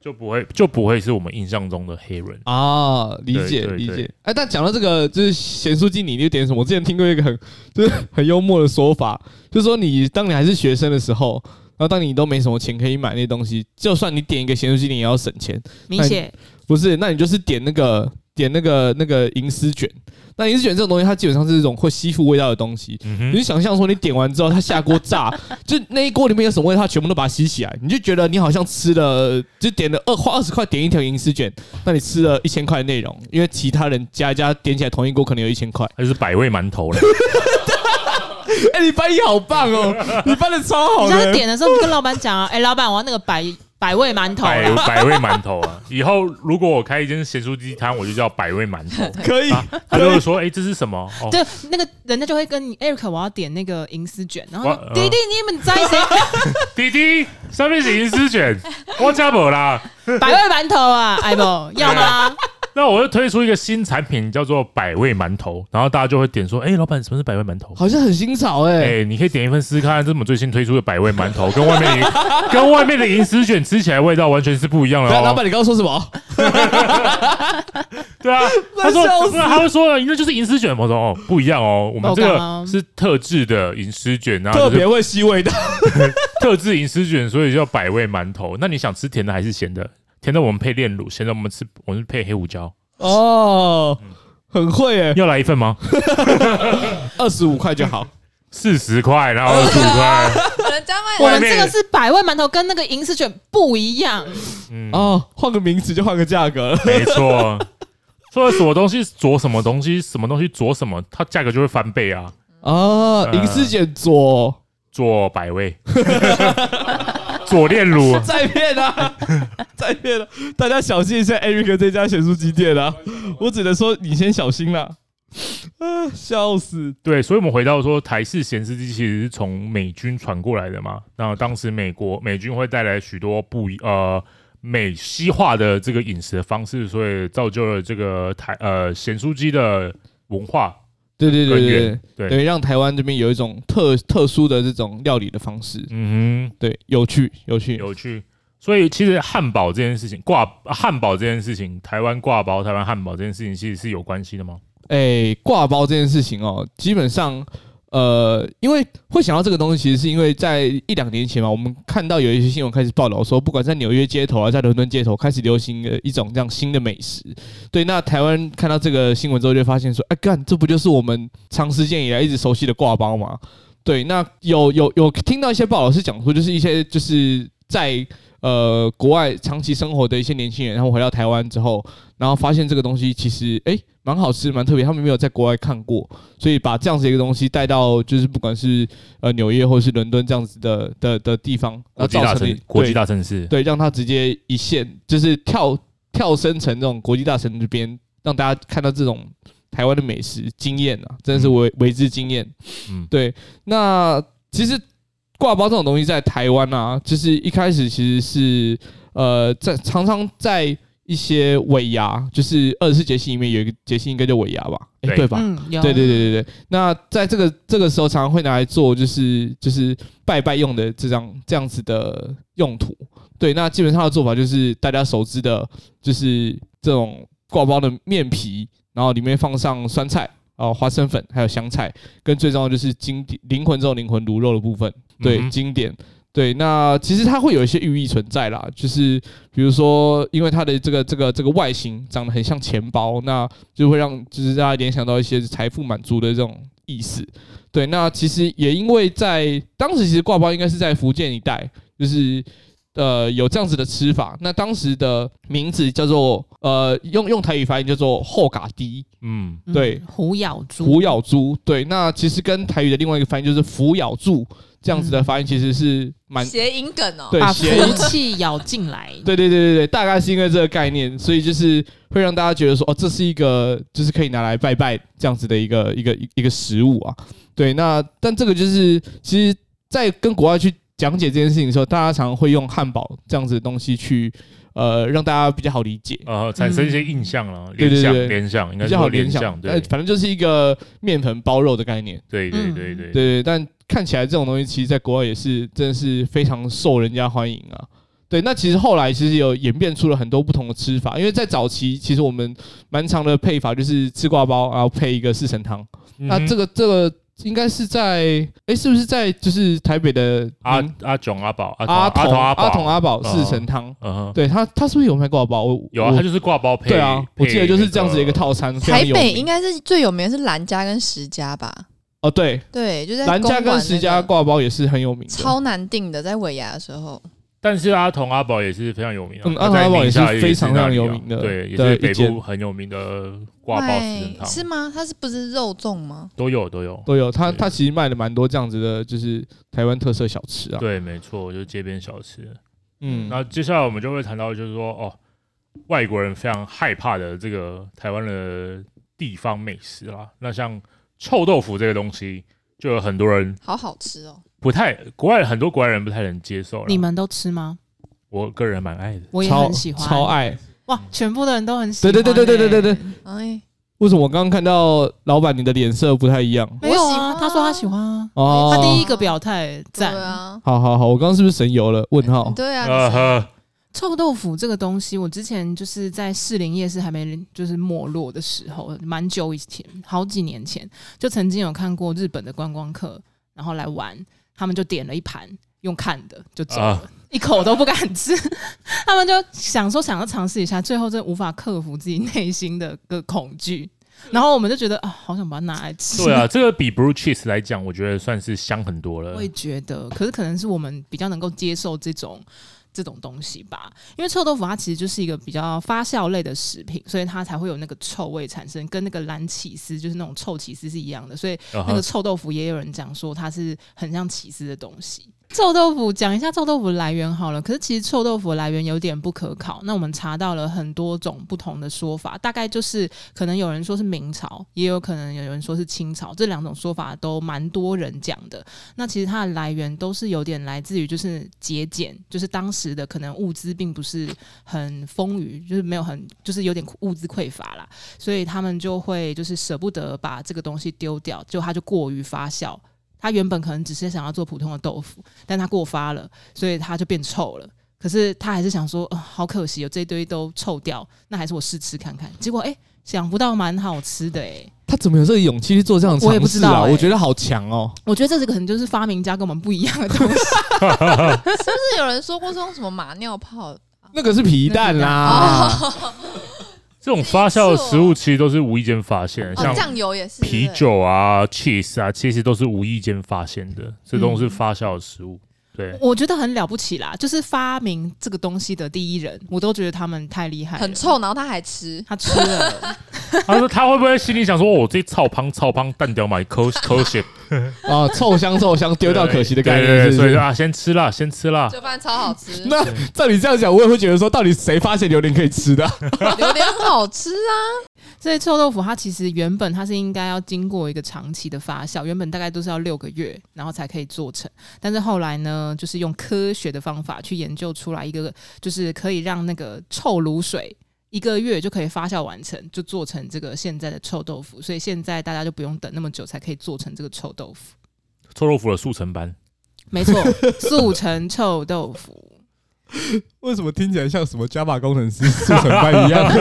S2: 就不会就不会是我们印象中的黑人。
S1: 啊，理解
S2: 对对
S1: 理解
S2: 对。
S1: 哎，但讲到这个，就是咸酥鸡，你就点什么？我之前听过一个很就是很幽默的说法，就是说你当你还是学生的时候，然后当你都没什么钱可以买那
S2: 哎
S1: 些东西，就算你点一个咸酥鸡，你也要省钱。
S4: 明显
S1: 不是，那你就是点那个点那个那个银丝卷。那银丝卷这种东西，它基本上是一种会吸附味道的东西。
S2: 嗯
S1: 你就
S2: 哼，
S1: 想象说，你点完之后，它下锅炸， 就那一锅里面有什么味，它全部都把它吸起来，你就觉得你好像吃了，就点了二呃花二十块点一条银丝卷，那你吃了一千块的内容，因为其他人加一加点起来同一锅可能有一千块。
S2: 还是百味馒头嘞？
S1: 哎、你翻译好棒哦，你翻的超好
S4: 你下次
S1: 的。
S4: 点的时候跟老板讲啊，哎、 老板，我要那个百百味馒头啦，啊
S2: 百百味馒头啊！以后如果我开一间咸酥鸡摊，我就叫百味馒 头。
S1: 可以，
S2: 啊，他就会说：“哎、这是什么？”哦，
S4: 对，那个人家就会跟你 Eric，我要点那个银丝卷，然后
S2: 我
S4: 说弟弟，你们在谁
S2: 弟弟，上面是银丝卷，我加不啦。
S4: 百味馒头啊？哎不，要吗？
S2: 那我就推出一个新产品，叫做百味馒头，然后大家就会点说：“哎、老板，什么是百味馒头？”
S1: 好像很新潮哎、
S2: 哎、你可以点一份试试看，这是我们最新推出的百味馒头，跟外面 的银跟外面的银丝卷吃起来味道完全是不一样 的
S1: 老
S2: 哦。
S1: 板，你刚刚说什么？
S2: 对啊，他说
S1: 笑死
S2: 那他会说那就是银丝卷，我说哦不一样哦，我们这
S4: 爆肝
S2: 个
S4: 吗
S2: 是特制的银丝卷，然后
S1: 啊特
S2: 就是
S1: 别会吸味道。
S2: 特制银丝卷，所以叫百味馒头。那你想吃甜的还是咸的？甜的我们配炼乳，咸的我们吃我们配黑胡椒。
S1: 哦，很会哎、
S2: 要来一 份吗？
S1: 二十五块就好。
S2: 四十块，然后二十五块。
S3: 人家卖
S4: 我
S2: 外
S4: 们
S2: 面
S4: 啊这个是百味馒头，跟那个银丝卷不一样。
S2: 嗯，
S1: 哦，换个名字就换个价格了。
S2: 没错。说什么东西佐什么东西，什么东西佐什么，它价格就会翻倍啊。
S1: 哦，银丝卷左
S2: 做百 味，佐炼乳，
S1: 再骗 啊，再骗了！大家小心一下，Eric 这家咸酥鸡店啊！我只能说你先小心啦。啊，笑死！
S2: 对，所以我们回到说，台式咸湿鸡其实是从美军传过来的嘛。那当时美国美军会带来许多不一呃美西化的这个饮食的方式，所以造就了这个台呃咸酥鸡的文化。
S1: 对对对
S2: 很
S1: 对
S2: 远对
S1: 对，对让台湾这边有一种特特殊的这种料理的方式，
S2: 嗯哼，
S1: 对，有趣有趣。
S2: 有趣。所以其实汉堡这件事情，挂啊汉堡这件事情，台湾挂包、台湾汉堡这件事情，其实是有关系的吗？
S1: 哎，挂包这件事情哦，基本上。呃，因为会想到这个东西，其实是因为在一两年前嘛，我们看到有一些新闻开始报道说，不管在纽约街头啊，在伦敦街头，开始流行的一种这样新的美食。对，那台湾看到这个新闻之后，就发现说，哎、干，这不就是我们长时间以来一直熟悉的挂包吗？对，那有有有听到一些报道是讲说，就是一些就是在呃国外长期生活的一些年轻人，他们回到台湾之后，然后发现这个东西其实哎蛮、好吃，蛮特别，他们没有在国外看过，所以把这样子一个东西带到就是不管是呃纽约或是伦敦这样子的的的地方，然后
S2: 国际
S1: 造
S2: 大
S1: 成了
S2: 城，国
S1: 对
S2: 际大城市，
S1: 对，让他直接一线就是跳跳升成这种国际大神这边，让大家看到这种台湾的美食经验啊，真的是为为之惊艳。
S2: 嗯，
S1: 对，那其实挂包这种东西在台湾啊，就是一开始其实是呃，在常常在一些尾牙，就是二十四节气里面有一个节气应该叫尾牙吧，哎、
S2: 对
S1: 对吧？
S4: 嗯，有
S1: 对对对对对。那在这个这个时候，常常会拿来做就是就是拜拜用的这张这样子的用途。对，那基本上的做法就是大家熟知的，就是这种挂包的面皮，然后里面放上酸菜。哦，花生粉还有香菜，跟最重要的就是经典灵魂中的灵魂卤肉的部分，对，
S2: 嗯哼
S1: 经典，对。那其实它会有一些寓意存在啦，就是比如说，因为它的这个这个这个外形长得很像钱包，那就会让就是大家联想到一些财富满足的这种意思。对，那其实也因为在当时其实挂包应该是在福建一带，就是呃有这样子的吃法。那当时的名字叫做呃用用台语发音叫做后嘎低
S2: 嗯，
S4: 嗯
S1: 对
S4: 虎咬猪，
S1: 虎咬猪。对，那其实跟台语的另外一个翻译就是虎咬住这样子的发音其实是蛮、
S3: 谐音梗哦，
S1: 对
S4: 把
S1: 谐音
S4: 福气咬进来。
S1: 对对对对对，大概是因为这个概念，所以就是会让大家觉得说，哦，这是一个就是可以拿来拜拜这样子的一个一个一一个食物啊。对，那但这个就是其实，在跟国外去讲解这件事情的时候，大家常常会用汉堡这样子的东西去呃让大家比较好理解。
S2: 呃，产生一些印象了，
S1: 对
S2: 联
S1: 对
S2: 想
S1: 对，
S2: 联想，应该
S1: 比
S2: 是
S1: 较好
S2: 说
S1: 联
S2: 联
S1: 想
S2: 想，，
S1: 呃
S2: 对，
S1: 反正就是一个面粉包肉的概念，
S2: 对对对对
S1: 对
S2: 对，
S1: 对。但看起来这种东西，其实在国外也是真的是非常受人家欢迎啊。对，那其实后来其实有演变出了很多不同的吃法，因为在早期其
S2: 嗯
S1: 实我们蛮常的配法就是吃挂包，然后配一个四神汤。那这
S2: 个
S1: 个这个应该是在哎，是不是在就是台北的
S2: 阿
S1: 嗯
S2: 阿囧、阿宝、阿童
S1: 阿
S2: 童、阿
S1: 阿
S2: 宝、
S1: 童阿宝
S2: 嗯
S1: 四神汤？
S2: 嗯哼，
S1: 对他，他是不是有卖挂包？我
S2: 有啊，
S1: 我
S2: 他就是挂包配。
S1: 对啊，我记得
S2: 配
S1: 就是
S2: 那
S1: 这样子的一个套餐。非常
S3: 台
S1: 有
S3: 北
S1: 名
S3: 应该是最有名的是兰家跟石家吧？
S1: 哦，对，
S3: 对，就在
S1: 兰
S3: 公
S1: 家
S3: 馆
S1: 跟
S3: 那
S1: 石家
S3: 个
S1: 挂包也是很有名的。
S3: 超难定的，在尾牙的时候，
S2: 但是阿童阿宝也是非常有名、啊，
S1: 嗯
S2: 他在
S1: 阿童阿宝也是
S2: 宁夏也
S1: 非常
S2: 是那
S1: 非常有
S2: 里啊
S1: 名的
S2: 对，也
S1: 对
S2: 是
S1: 一
S2: 北
S1: 间
S2: 部很有名的挂包四神
S3: 卖
S2: 汤，
S3: 哎是吗？它是不是肉粽吗？
S2: 都有都有，
S1: 都有，他
S2: 对
S1: 他其实卖了蛮多这样子的，就是台湾特色小吃啊。
S2: 对，没错，就是街边小吃。
S1: 嗯，
S2: 那接下来我们就会谈到，就是说哦，外国人非常害怕的这个台湾的地方美食啦。那像臭豆腐这个东西，就有很多人
S3: 好好吃哦！
S2: 不太，国外很多国外人不太能接受啦。
S4: 你们都吃吗？
S2: 我个人蛮爱的，
S4: 我也
S1: 超
S4: 很喜欢，
S1: 超爱。
S4: 哇！全部的人都很喜
S1: 对
S4: 欢、欸
S1: 对对对对对对
S4: 对，
S1: 对，
S3: 哎，
S1: 为什么我刚刚看到老板你的脸色不太一样？
S4: 没有
S3: 我喜欢
S4: 啊，
S3: 啊
S4: 他说他喜欢啊，
S1: 哦，
S4: 他第一个表态
S3: 对
S4: 赞。
S3: 啊，
S1: 好好好，我刚刚是不是神游了？问号。
S3: 对
S2: 呃
S3: 啊，
S2: 呵，
S4: 臭豆腐这个东西，我之前就是在士林夜市还没就是没落的时候，蛮久以前，好几年前，就曾经有看过日本的观光客，然后来玩，他们就点了一盘用看的就走了。
S2: 啊
S4: 一口都不敢吃， 他们就想说想要尝试一下，最后真的无法克服自己内心的个恐惧，然后我们就觉得啊，好想把它拿来吃。
S2: 对啊，这个比 blue cheese 来讲，我觉得算是香很多了
S4: 我也。觉得，可是可能是我们比较能够接受这种这种东西吧，因为臭豆腐它其实就是一个比较发酵类的食品，所以它才会有那个臭味产生，跟那个蓝起司就是那种臭起司是一样的，所以
S2: 啊哈
S4: 那个臭豆腐也有人讲说它是很像起司的东西。臭豆腐讲一下臭豆腐的来源好了，可是其实臭豆腐的来源有点不可考。那我们查到了很多种不同的说法，大概就是可能有人说是明朝，也有可能有人说是清朝，这两种说法都蛮多人讲的。那其实它的来源都是有点来自于就是节俭，就是当时的可能物资并不是很丰裕，就是没有很就是有点物资匮乏啦，所以他们就会就是舍不得把这个东西丢掉，就它就过于发酵。它原本可能只是想要做普通的豆腐，但它过发了，所以它就变臭了。可是他还是想说，呃、好可惜哦，这一堆都臭掉，那还是我试吃看看。结果哎、想不到蛮好吃的哎、
S1: 他怎么有这个勇气去做这样的
S4: 我也
S1: 尝
S4: 不知
S1: 试
S4: 道
S1: 啊？
S4: 欸
S1: 我觉得好强哦。
S4: 我觉得这是可能就是发明家跟我们不一样的东西。
S3: 是不是有人说过这种什么马尿泡？
S1: 那个是皮蛋啦，
S2: 这种发酵的食物其实都是无意间发现的，
S3: 哦，
S2: 像
S3: 酱油也是
S2: 啤，酒啊、cheese 啊，其实都是无意间发现的，这都是
S4: 嗯
S2: 发酵的食物。 对，
S4: 我觉得很了不起啦，就是发明这个东西的第一人，我都觉得他们太厉害
S3: 对不
S4: 了。
S3: 对很，臭，然后他还吃，
S4: 他吃了，
S2: 他说他会不会心里想说，哦我这草胖草胖蛋掉买 cos cos
S1: 啊，臭香臭香，丢掉可惜的概
S2: 对对
S1: 念是
S2: 对
S1: 不
S2: 所以
S1: 是
S2: 说？啊，先吃啦，先吃啦。
S3: 就饭超好吃，
S1: 那照你这样讲，我也会觉得说，到底谁发现榴莲可以吃的啊？
S3: 榴莲好吃啊，
S4: 所以臭豆腐它其实原本它是应该要经过一个长期的发酵，原本大概都是要六个月，然后才可以做成。但是后来呢，就是用科学的方法去研究出来一个，就是可以让那个臭卤水。一个月就可以发酵完成，就做成这个现在的臭豆腐，所以现在大家就不用等那么久才可以做成这个臭豆腐。
S2: 臭豆腐的速成班，
S4: 没错， 速成臭豆腐。
S1: 为什么听起来像什么 Java 工程师速成班一 样？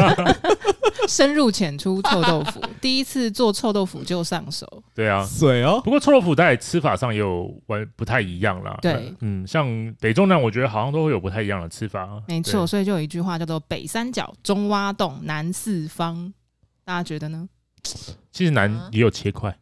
S4: 深入浅出臭豆腐，第一次做臭豆腐就上手。
S2: 对啊。
S1: 水哦，
S2: 不过臭豆腐在吃法上也有完不太一样啦。
S4: 对，
S2: 嗯，像北中南，我觉得好像都会有不太一样的吃法。啊
S4: 没错，
S2: 对，
S4: 所以就有一句话叫做“北三角、中挖洞、南 四方”，大家觉得呢？
S2: 其实南也有切块，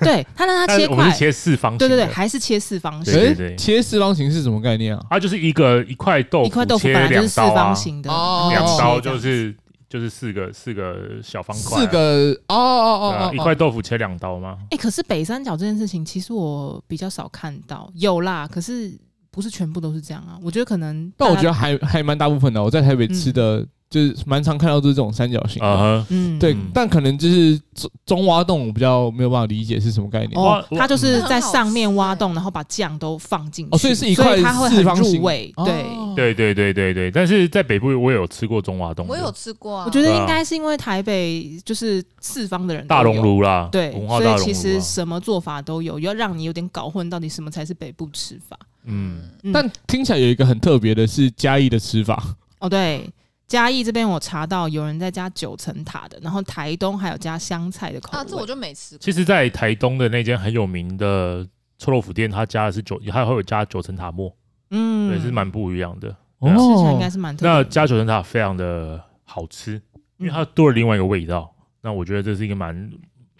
S4: 对他让它
S2: 但
S4: 啊切
S2: 是我们
S4: 块
S2: 是，切四方形
S4: 对
S2: 的。
S4: 对对，还是切四方形
S2: 对。对
S1: 诶
S2: 对
S1: 切四方形是什么概念啊？
S2: 它就是一个一块豆
S4: 一
S2: 腐
S4: 块豆腐
S2: 切
S4: 本来就是
S2: 两
S4: 四
S2: 刀啊
S4: 方，形的，
S1: 哦
S2: 两刀
S4: 刀
S2: 就是就是四个四个小方块啊，
S1: 四个哦
S2: 对
S1: 哦
S2: 啊
S1: 哦哦，
S2: 一块豆腐切两刀吗？
S4: 哎、可是北三角这件事情，其实我比较少看到，有啦，可是不是全部都是这样啊。我觉得可能大
S1: 但
S4: 家，
S1: 我觉得还还蛮大部分的，我在台北吃的、就是蛮常看到都是这种三角形的。
S2: 啊哈，
S4: 嗯，
S1: 对
S2: 嗯，
S1: 但可能就是中中挖洞，我比较没有办法理解是什么概念。
S4: 哦，
S2: 哇
S4: 它就是在上面挖
S3: 哇
S4: 洞，
S2: 欸
S4: 然后把酱都放进去，
S1: 哦所以是一块
S4: 所以它会很
S1: 四方形
S4: 入味。对，
S1: 哦，
S2: 对对对对对，但是在北部我有吃过中华东的，
S3: 我有吃过啊，
S4: 我觉得
S2: 对啊
S4: 应该是因为台北就是四方的人都
S2: 大熔
S4: 有，
S2: 炉啦，
S4: 对，
S2: 文化
S4: 所
S2: 大
S4: 以
S2: 熔炉
S4: 其实
S2: 啊，
S4: 什么做法都有，要让你有点搞混到底什么才是北部吃法。
S2: 嗯，
S4: 嗯
S1: 但听起来有一个很特别的是嘉义的吃法，
S4: 哦，对，嘉义这边我查到有人在加九层塔的，然后台东还有加香菜的口味。
S3: 啊，这我就没吃过。
S2: 其实，在台东的那间很有名的臭豆腐店，它加的是九，它还有加九层塔末，
S4: 嗯，哦
S2: 也是蛮不一样的。啊
S4: 吃起来应该是蛮特别
S2: 那
S4: 的嗯
S2: 加九层塔非常的好吃，因为它多了另外一个味道。那我觉得这是一个蛮，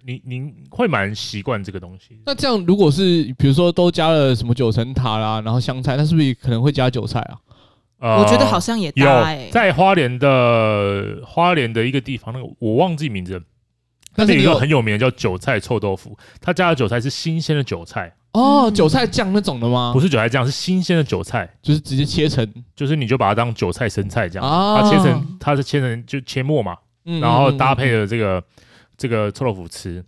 S2: 您您会蛮习惯这个东西。
S1: 那这样如果是比如说都加了什么九层塔啦，然后香菜，那是不是也可能会加韭菜啊？
S2: 呃
S4: 我觉得好像也
S2: 有
S4: 搭哎、
S2: 在花莲的花莲的一个地方，那个我忘记名字了，
S1: 但
S2: 那
S1: 是
S2: 里
S1: 你
S2: 有一个
S1: 有
S2: 很有名的叫韭菜臭豆腐，它加的韭菜是新鲜的韭菜，啊
S1: 哦
S4: 嗯
S1: 韭菜酱那种的吗
S2: 不？是韭菜酱，是新鲜的韭菜，
S1: 就是直接切成
S2: 就是你就把它当韭菜生菜这样，
S1: 啊
S2: 它切成它是切成就切末嘛，
S1: 嗯
S2: 然后搭配
S1: 嗯
S2: 了这个这个臭豆腐吃，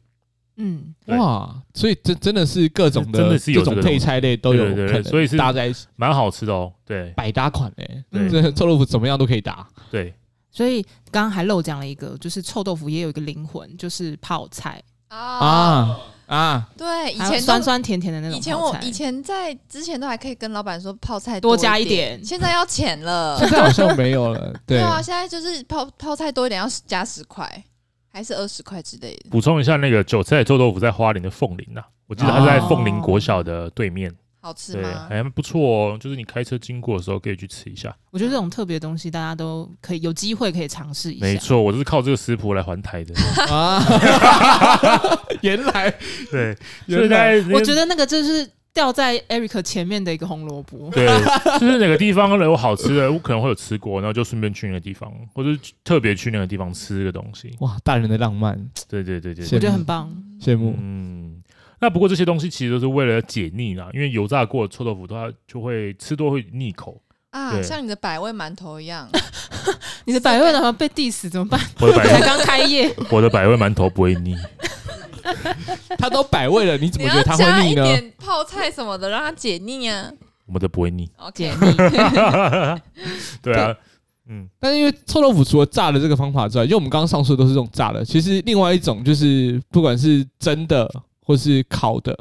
S4: 嗯，
S1: 嗯嗯哇，所以这真的是各种
S2: 真的是有
S1: 这
S2: 这个
S1: 种配菜类都有
S2: 对对对
S1: 可能
S2: 所以是
S1: 搭在一起
S2: 蛮好吃的哦。对
S1: 百搭款嘞。
S2: 对
S1: 这臭豆腐怎么样都可以搭。
S2: 对，
S4: 所以刚刚还漏讲了一个，就是臭豆腐也有一个灵魂，就是泡菜，
S3: 啊，
S1: 啊啊，
S3: 对，以
S4: 还有
S3: 前
S4: 酸
S3: 都
S4: 酸甜甜的那种
S3: 以前
S4: 泡
S3: 我
S4: 菜。
S3: 以前在之前都还可以跟老板说泡菜
S4: 多
S3: 多
S4: 加一
S3: 一
S4: 点
S3: 现在要钱了
S1: 现。在好像没有 了。对，
S3: 呃啊，现在就是泡泡菜多一点要加十块，还是二十块之类的，
S2: 补充一下那个韭菜臭豆腐在花莲的凤林呐、啊我记得它是
S1: 哦
S2: 在凤林国小的对面，
S3: 好吃
S2: 对，
S3: 吗？
S2: 还不错哦。就是你开车经过的时候可以去吃一下。
S4: 我觉得这种特别的东西，大家都可以有机会可以尝试一下。
S2: 没错，我就是靠这个食谱来还台 的。
S1: 啊， 原来
S2: 对，
S1: 原
S2: 所以
S1: 来
S2: 在
S4: 我觉得那个就是掉在 Eric 前面的一个红萝卜。
S2: 对，就是哪个地方有好吃的，我可能会有吃过，然后就顺便去那个地方，或者去特别去那个地方吃个东西。
S1: 哇，大人的浪漫，
S2: 对对对对
S1: 羡
S2: 对，
S4: 我
S1: 慕
S4: 觉得很棒，
S1: 羡慕。
S2: 嗯。那不过这些东西其实都是为了解腻啦，因为油炸过的臭豆腐它就会吃多会腻 口，
S3: 啊，
S2: 对
S3: 像你的百味馒头一样，
S4: 你的百味怎么被 diss 怎么办？
S2: 我的
S4: 才
S2: 百
S4: 刚开 业，
S2: 我的百味馒头不会腻。
S1: 他都百味了，你怎
S3: 你
S1: 么觉得
S3: 要
S1: 他会
S3: 加
S1: 腻
S3: 一
S1: 呢？
S3: 点泡菜什么的，让它解腻啊。
S2: 我们的不会腻。
S4: 哦解
S3: OK，
S4: 腻。
S2: 对啊，嗯，
S1: 但是因为臭豆腐除了炸的这个方法之外，因为我们刚刚上述的都是这种炸的，其实另外一种就是不管是蒸的或是烤的，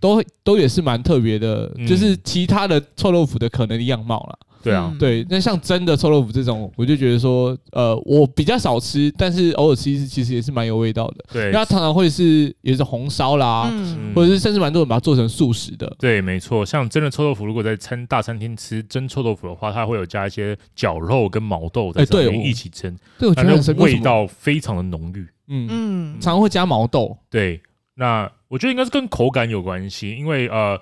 S1: 都都也是蛮特别的，
S2: 嗯
S1: 就是其他的臭豆腐的可能的样貌啦。
S2: 对啊，
S4: 嗯
S1: 对，那像蒸的臭豆腐这种，我就觉得说，呃，我比较少吃，但是偶尔吃一次，其实也是蛮有味道的。
S2: 对，
S1: 那常常会是也是红烧啦，
S4: 嗯
S2: 嗯
S1: 或者是甚至蛮多人把它做成素食的。
S2: 对，没错。像真的臭豆腐，如果在餐大餐厅吃蒸臭豆腐的话，它会有加一些绞肉跟毛豆在
S1: 哎
S2: 上
S1: 对
S2: 面
S1: 我
S2: 一起蒸，
S1: 对，我觉
S2: 那
S1: 得很
S2: 那
S1: 神
S2: 个
S1: 秘为
S2: 味
S1: 什么
S2: 道非常的浓郁。
S1: 嗯，
S4: 嗯，
S1: 常常会加毛豆。
S2: 对，那我觉得应该是跟口感有关系，因为呃，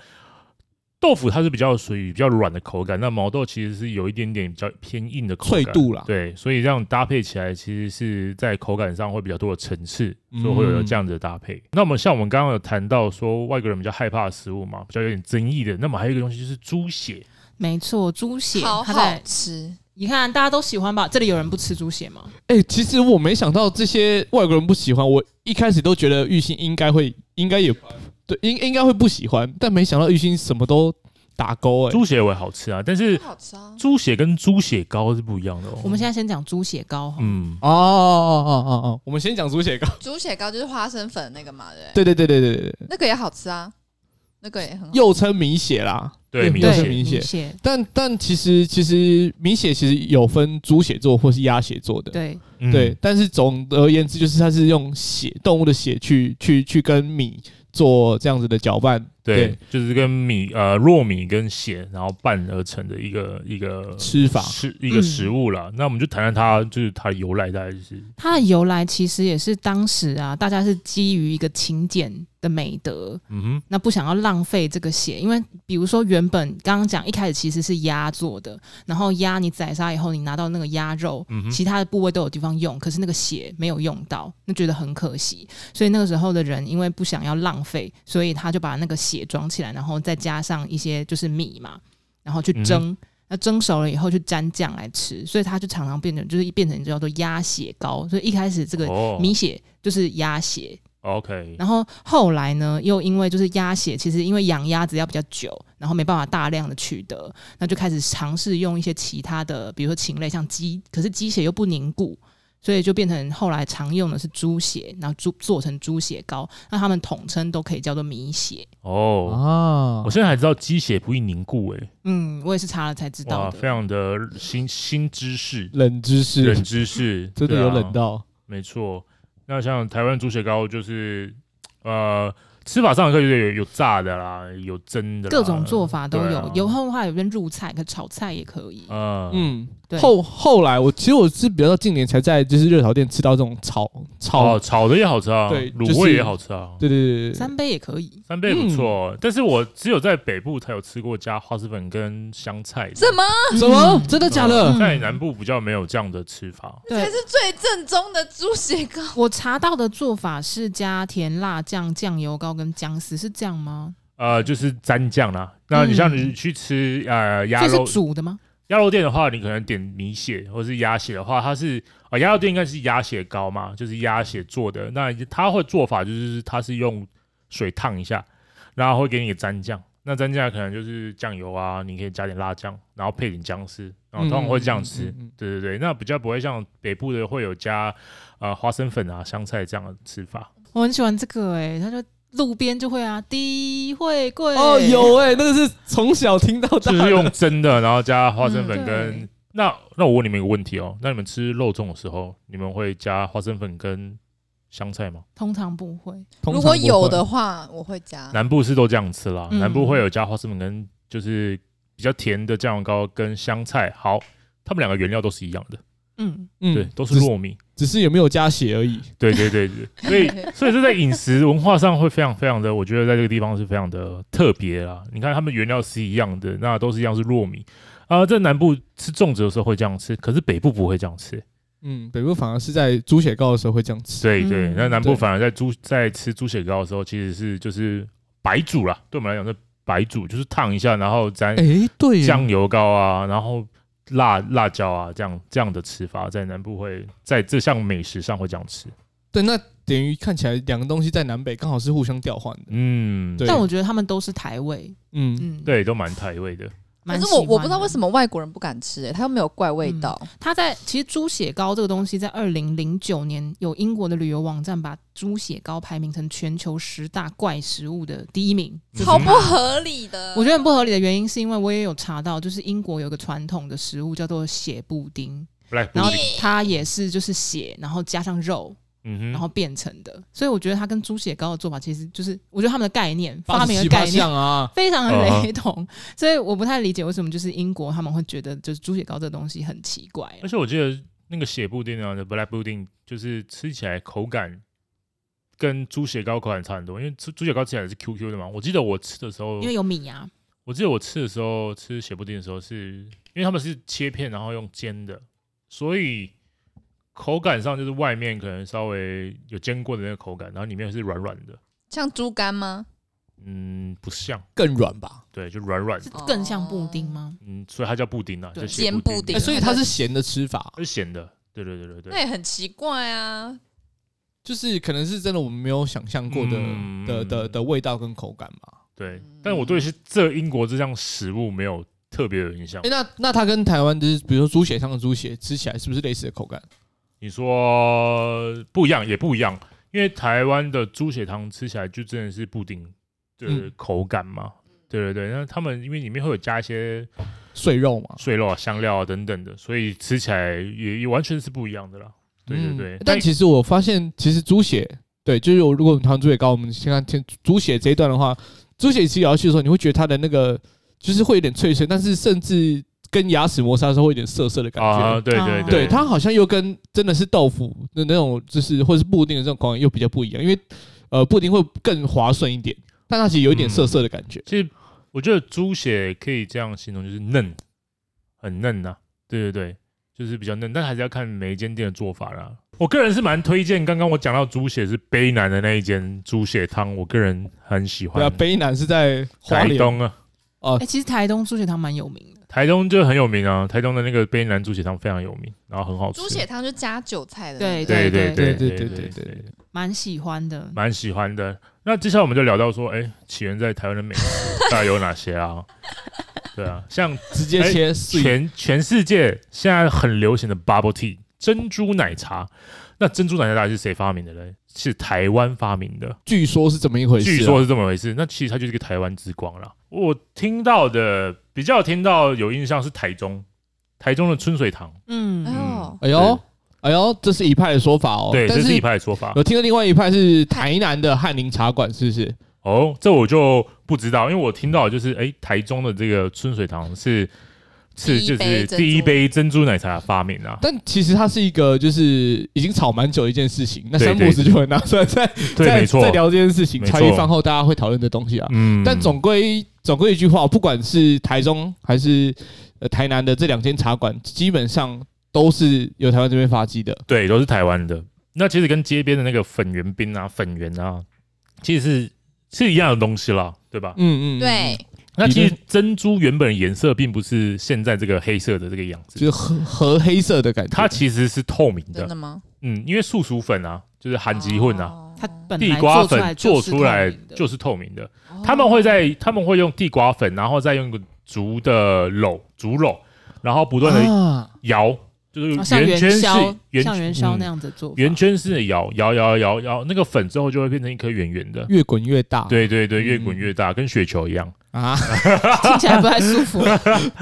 S2: 豆腐它是比较属于比较软的口感，那毛豆其实是有一点点比较偏硬的口感
S1: 脆度啦
S2: 对，所以这样搭配起来，其实是在口感上会比较多的层次，
S1: 嗯
S2: 所以会有这样子的搭配。那我们像我们刚刚有谈到说外国人比较害怕的食物嘛，比较有点争议的，那么还有一个东西就是猪血。
S4: 没错，猪血
S3: 好
S4: 它
S3: 好
S4: 在
S3: 吃。
S4: 你看大家都喜欢吧？这里有人不吃猪血吗？
S1: 哎、其实我没想到这些外国人不喜欢，我一开始都觉得玉兴应该会，应该也对，应应该会不喜欢，但没想到玉兴什么都打勾、哎，
S2: 猪血我也好吃啊，但是
S3: 好吃啊！
S2: 猪血跟猪血糕是不一样的哦。
S4: 我们现在先讲猪血糕哈。
S2: 嗯，
S1: 哦哦哦哦哦，我们先讲猪血糕，
S3: 猪血糕就是花生粉那个嘛，对不对，
S1: 对对对对对对对，
S3: 那个也好吃啊，那个也很好。
S1: 又称米血啦，
S2: 对米
S1: 又
S2: 血
S1: 称
S4: 对，
S1: 米血，
S4: 血，
S1: 但但其实其实米血其实有分猪血做或是鸭血做的，
S4: 对，
S2: 嗯
S1: 对，但是总而言之就是它是用血动物的血去去去跟米做这样子的搅拌，
S2: 对，就是跟米呃糯米跟血然后拌而成的一个一个
S1: 吃法
S2: 是一
S4: 嗯
S2: 个食物啦。那我们就谈谈它就是它的由来，大概就是
S4: 它的由来其实也是当时啊，大家是基于一个勤俭的美德，
S2: 嗯
S4: 那不想要浪费这个血，因为比如说原本刚刚讲一开始其实是鸭做的，然后鸭你宰杀以后，你拿到那个鸭肉，
S2: 嗯哼
S4: 其他的部位都有地方用，可是那个血没有用到，那觉得很可惜。所以那个时候的人因为不想要浪费，所以他就把那个血装起来，然后再加上一些就是米嘛，然后去
S2: 嗯
S4: 蒸。那蒸熟了以后去沾酱来吃，所以它就常常变成就是变成叫做鸭血糕。所以一开始这
S2: 哼，
S4: 个
S2: 哦
S4: 米血就是鸭血，
S2: ，OK，
S4: 然后后来呢，又因为就是鸭血，其实因为养鸭子要比较久，然后没办法大量的取得，那就开始尝试用一些其他的，比如说禽类，像鸡，可是鸡血又不凝固，所以就变成后来常用的是猪血，然后猪做成猪血糕，那他们统称都可以叫做米血。
S2: 哦，
S1: 啊
S2: 我现在还知道鸡血不易凝固、欸，
S4: 嗯，我也是查了才知
S2: 哇，
S4: 道
S2: 非
S4: 的。
S2: 常的新新知识，
S1: 冷知识
S2: 冷知识，
S1: 真的
S2: 对啊
S1: 有冷到，
S2: 没错，那像台湾猪血糕就是，呃，吃法上可以有有炸的啦，有蒸的啦，
S4: 各种做法都
S2: 对
S4: 有
S2: 啊，
S4: 有后话有跟入菜，可炒菜也可以。
S2: 呃，嗯，
S1: 嗯，
S4: 对
S1: 后后来我其实我是比较到近年才在就是热炒店吃到这种炒炒，
S2: 哦，炒的也好吃啊，
S1: 对就是
S2: 卤味也好吃啊，
S1: 对对对对，
S4: 三杯也可以，
S2: 三杯不错，
S1: 嗯
S2: 但是我只有在北部才有吃过加花枝粉跟香菜的，
S3: 什么？
S1: 什么真的嗯假的？
S2: 在南部比较没有这样的吃法，
S3: 才
S4: 嗯对
S3: 是，最正宗的猪血糕。
S4: 我查到的做法是加甜辣酱、酱油膏跟姜丝，是这样吗？
S2: 呃，就是蘸酱啦。那你像
S4: 嗯
S2: 你去吃呃鸭
S4: 这
S2: 肉
S4: 是煮的吗？
S2: 鸭肉店的话，你可能点米血或是鸭血的话，它是啊鸭、肉店应该是鸭血糕嘛，就是鸭血做的。那它会做法就是它是用水烫一下，然后会给你蘸酱。那蘸酱可能就是酱油啊，你可以加点辣酱，然后配点姜丝，然后通哦常会这样
S1: 嗯
S2: 吃。
S1: 嗯嗯嗯嗯
S2: 对对对，那比较不会像北部的会有加呃花生粉啊、香菜这样的吃法。
S4: 我很喜欢这个哎、他说路边就会啊，低会贵
S1: 哦，有哎，那个是从小听到大
S2: 就
S1: 的，
S2: 是用蒸的，然后加花生粉
S4: 嗯
S2: 跟、
S4: 对
S2: 那那我问你们一个问题哦，那你们吃肉粽的时候，你们会加花生粉跟香菜吗？
S4: 通常不会，
S1: 通常
S3: 如果
S1: 不会
S3: 有的话，我会加。
S2: 南部是都这样吃啦，
S4: 啊嗯
S2: 南部会有加花生粉跟就是比较甜的酱油膏跟香菜。好，他们两个原料都是一样的，
S4: 嗯，
S1: 嗯
S2: 对，都是
S1: 只
S2: 糯 米。
S1: 只是有没有加血而已。
S2: 对对对对，所以所以这在饮食文化上会非常非常的，我觉得在这个地方是非常的特别啦。你看他们原料是一样的，那都是一样是糯米啊、在南部吃粽子的时候会这样吃，可是北部不会这样吃。
S1: 嗯，北部反而是在猪血糕的时候会这样吃。
S2: 对
S4: 嗯
S2: 对，那南部
S1: 对
S2: 反而在猪在吃猪血糕的时候，其实是就是白煮啦，对我们来讲是白煮，就是烫一下，然后沾
S1: 哎，对耶，
S2: 酱油膏啊，然后辣辣椒啊，这样这样的吃法，在南部会在这项美食上会这样吃。
S1: 对，那等于看起来两个东西在南北刚好是互相调换的。
S2: 嗯，
S1: 对
S4: 但我觉得他们都是台味，
S1: 嗯，
S4: 嗯，，
S2: 对，都蛮台味的。
S4: 蛮
S3: 可是
S4: 喜
S3: 我
S4: 欢的
S3: 我不知道为什么外国人不敢吃、欸，哎，他又没有怪味道。
S4: 他在其实猪血糕这个东西，在二零零九年有英国的旅游网站把猪血糕排名成全球十大怪食物的第一名。
S2: 嗯
S3: 超不合理的。
S4: 我觉得很不合理的原因是因为我也有查到，就是英国有个传统的食物叫做血布丁，
S2: Black
S4: 然后
S2: pudding，
S4: 它也是就是血，然后加上肉，
S2: 嗯
S4: 然
S2: 哼，
S4: 后变成的。所以我觉得它跟猪血糕的做法其实就是，我觉得他们的概念
S1: 八
S4: 发
S1: 十
S4: 明的
S1: 七
S4: 概
S1: 八
S4: 念
S1: 项啊，
S4: 非常
S2: 嗯
S4: 的
S2: 哼
S4: 雷同 所以我不太理解为什么就是英国他们会觉得就是猪血糕这个东西很奇怪。
S2: 而且我记得那个血布丁啊的 Black pudding，就是吃起来口感跟猪血糕口感差很多，因为猪猪血糕吃起来是 QQ 的嘛。我记得我吃的时候
S4: 因，为有米啊，
S2: 我记得我吃的时候吃血布丁的时候是，因为他们是切片然后用煎的，所以口感上就是外面可能稍微有煎过的那个口感，然后里面是软软的，
S3: 像猪肝吗？
S2: 嗯，不像，
S1: 更软吧？
S2: 对，就软软的
S4: 是，更像布丁吗？
S2: 嗯，所以它叫布丁啊，
S4: 对
S2: 就
S3: 煎
S2: 血
S3: 布
S2: 布
S3: 丁
S1: 哎，
S2: 丁，
S1: 所以它是咸的吃法，
S2: 它是咸的，对对对对对
S3: 那。也很奇怪啊。
S1: 就是可能是真的我们没有想象过的
S2: 嗯
S1: 的的的味道跟口感吧。
S2: 对
S3: 嗯，
S2: 但我对是这英国这项食物没有特别有印象
S1: 哎，。那那它跟台湾就是比如说猪血上的猪血吃起来是不是类似的口感？
S2: 你说不一样也不一样，因为台湾的猪血汤吃起来就真的是布丁的
S1: 嗯
S2: 口感嘛。对对对，那他们因为里面会有加一些
S1: 碎肉嘛？
S2: 碎肉啊、香料啊等等的，所以吃起来也也完全是不一样的啦。对对
S1: 嗯
S2: 对，
S1: 但其实我发现，其实猪血，对，就是我如果我们谈猪血糕，我们先看先猪血这一段的话，猪血其实咬下去的时候，你会觉得它的那个就是会有点脆脆，但是甚至跟牙齿摩擦的时候会有点涩涩的感觉。
S2: 啊，对对
S4: 哦
S1: 对，它好像又跟真的是豆腐的那种，就是或者是布丁的这种口感又比较不一样，因为呃布丁会更滑顺一点，但它其实有一点涩涩的感觉。
S2: 其实我觉得猪血可以这样形容，就是嫩，很嫩呐、对对对，就是比较嫩，但还是要看每一间店的做法啦。我个人是蛮推荐，刚刚我讲到猪血是卑南的那一间猪血汤，我个人很喜
S1: 对啊，
S2: 欢。
S1: 卑南是在花
S2: 嗯台
S1: 莲，
S2: 东啊，
S4: 哎、其实台东猪血汤蛮有名的，
S2: 台东就很有名啊，台东的那个卑南猪血汤非常有名，然后很好吃。
S3: 猪血汤就加韭菜的那个，
S4: 对
S2: 对对
S1: 对
S2: 对
S1: 对
S2: 对
S1: 对对，
S4: 蛮喜欢的。
S2: 蛮喜欢的。那接下来我们就聊到说，哎、起源在台湾的美食大概有哪些啊？ 对啊，像
S1: 直接切碎。
S2: 哎全全世界现在很流行的 bubble tea，珍珠奶茶。那珍珠奶茶到底是谁发明的呢？是台湾发明的，
S1: 据说是这么一回事、啊
S2: 据说，是这么回事。那其实它就是一个台湾之光啦。我听到的比较听到有印象是台中，台中的春水堂，
S3: 哎
S4: 嗯，
S3: 呦，
S1: 哎呦哎
S2: 对，
S1: 呦，这是一派的说法哦。
S2: 对，
S1: 但
S2: 这
S1: 是
S2: 是一派的说法。
S1: 有听到另外一派是台南的翰林茶馆，是不是？
S2: 哦，这我就不知道，因为我听到就是，哎，台中的这个春水堂是是
S3: 第
S2: 就
S3: 一杯
S2: 是
S3: 珍珠
S2: 第一杯珍珠奶茶的发明啊，
S1: 但其实它是一个就是已经吵蛮久的一件事情，那
S2: 对
S1: 三
S2: 对
S1: 不时就会拿出来再
S2: 对，
S1: 再
S2: 没错
S1: 再，聊这件事情，
S2: 没错
S1: 茶余饭后大家会讨论的东西啊。
S2: 嗯
S1: 但总归总归一句话，不管是台中还是呃台南的这两间茶馆，基本上都是由台湾这边发迹的。
S2: 对都是台湾的。那其实跟街边的那个粉圆冰啊、粉圆啊，其实是是一样的东西啦，对吧？
S1: 嗯嗯，嗯，
S3: 对，
S2: 那其
S1: 理
S2: 实珍珠原本的颜色并不是现在这个黑色的这个样
S1: 就
S2: 子，
S1: 是和和黑色的感觉。
S2: 它其实是透明
S3: 真
S2: 的
S3: 的。吗？
S2: 嗯，因为素薯粉啊，就是含极混啊，
S3: 哦，
S4: 它本
S2: 地
S4: 来
S2: 瓜
S4: 做出
S2: 粉
S4: 来
S2: 做出来就
S4: 就是透明的
S2: 是透明的。
S4: 哦
S2: 他们会在他们会用地瓜粉，然后再用一个竹的篓竹篓，然后不断的
S1: 啊，
S2: 摇，就是
S4: 哦像
S2: 圆圈式
S4: 宵
S2: 圆
S4: 像元宵
S2: 嗯
S4: 那样子做法，
S2: 圆圈式的摇摇摇摇摇，那个粉之后就会变成一颗圆圆
S4: 嗯
S2: 的。
S1: 越滚越大。
S2: 对对对，越
S1: 嗯
S2: 滚越大，跟雪球一样。
S1: 啊，
S4: 听起来不太舒服。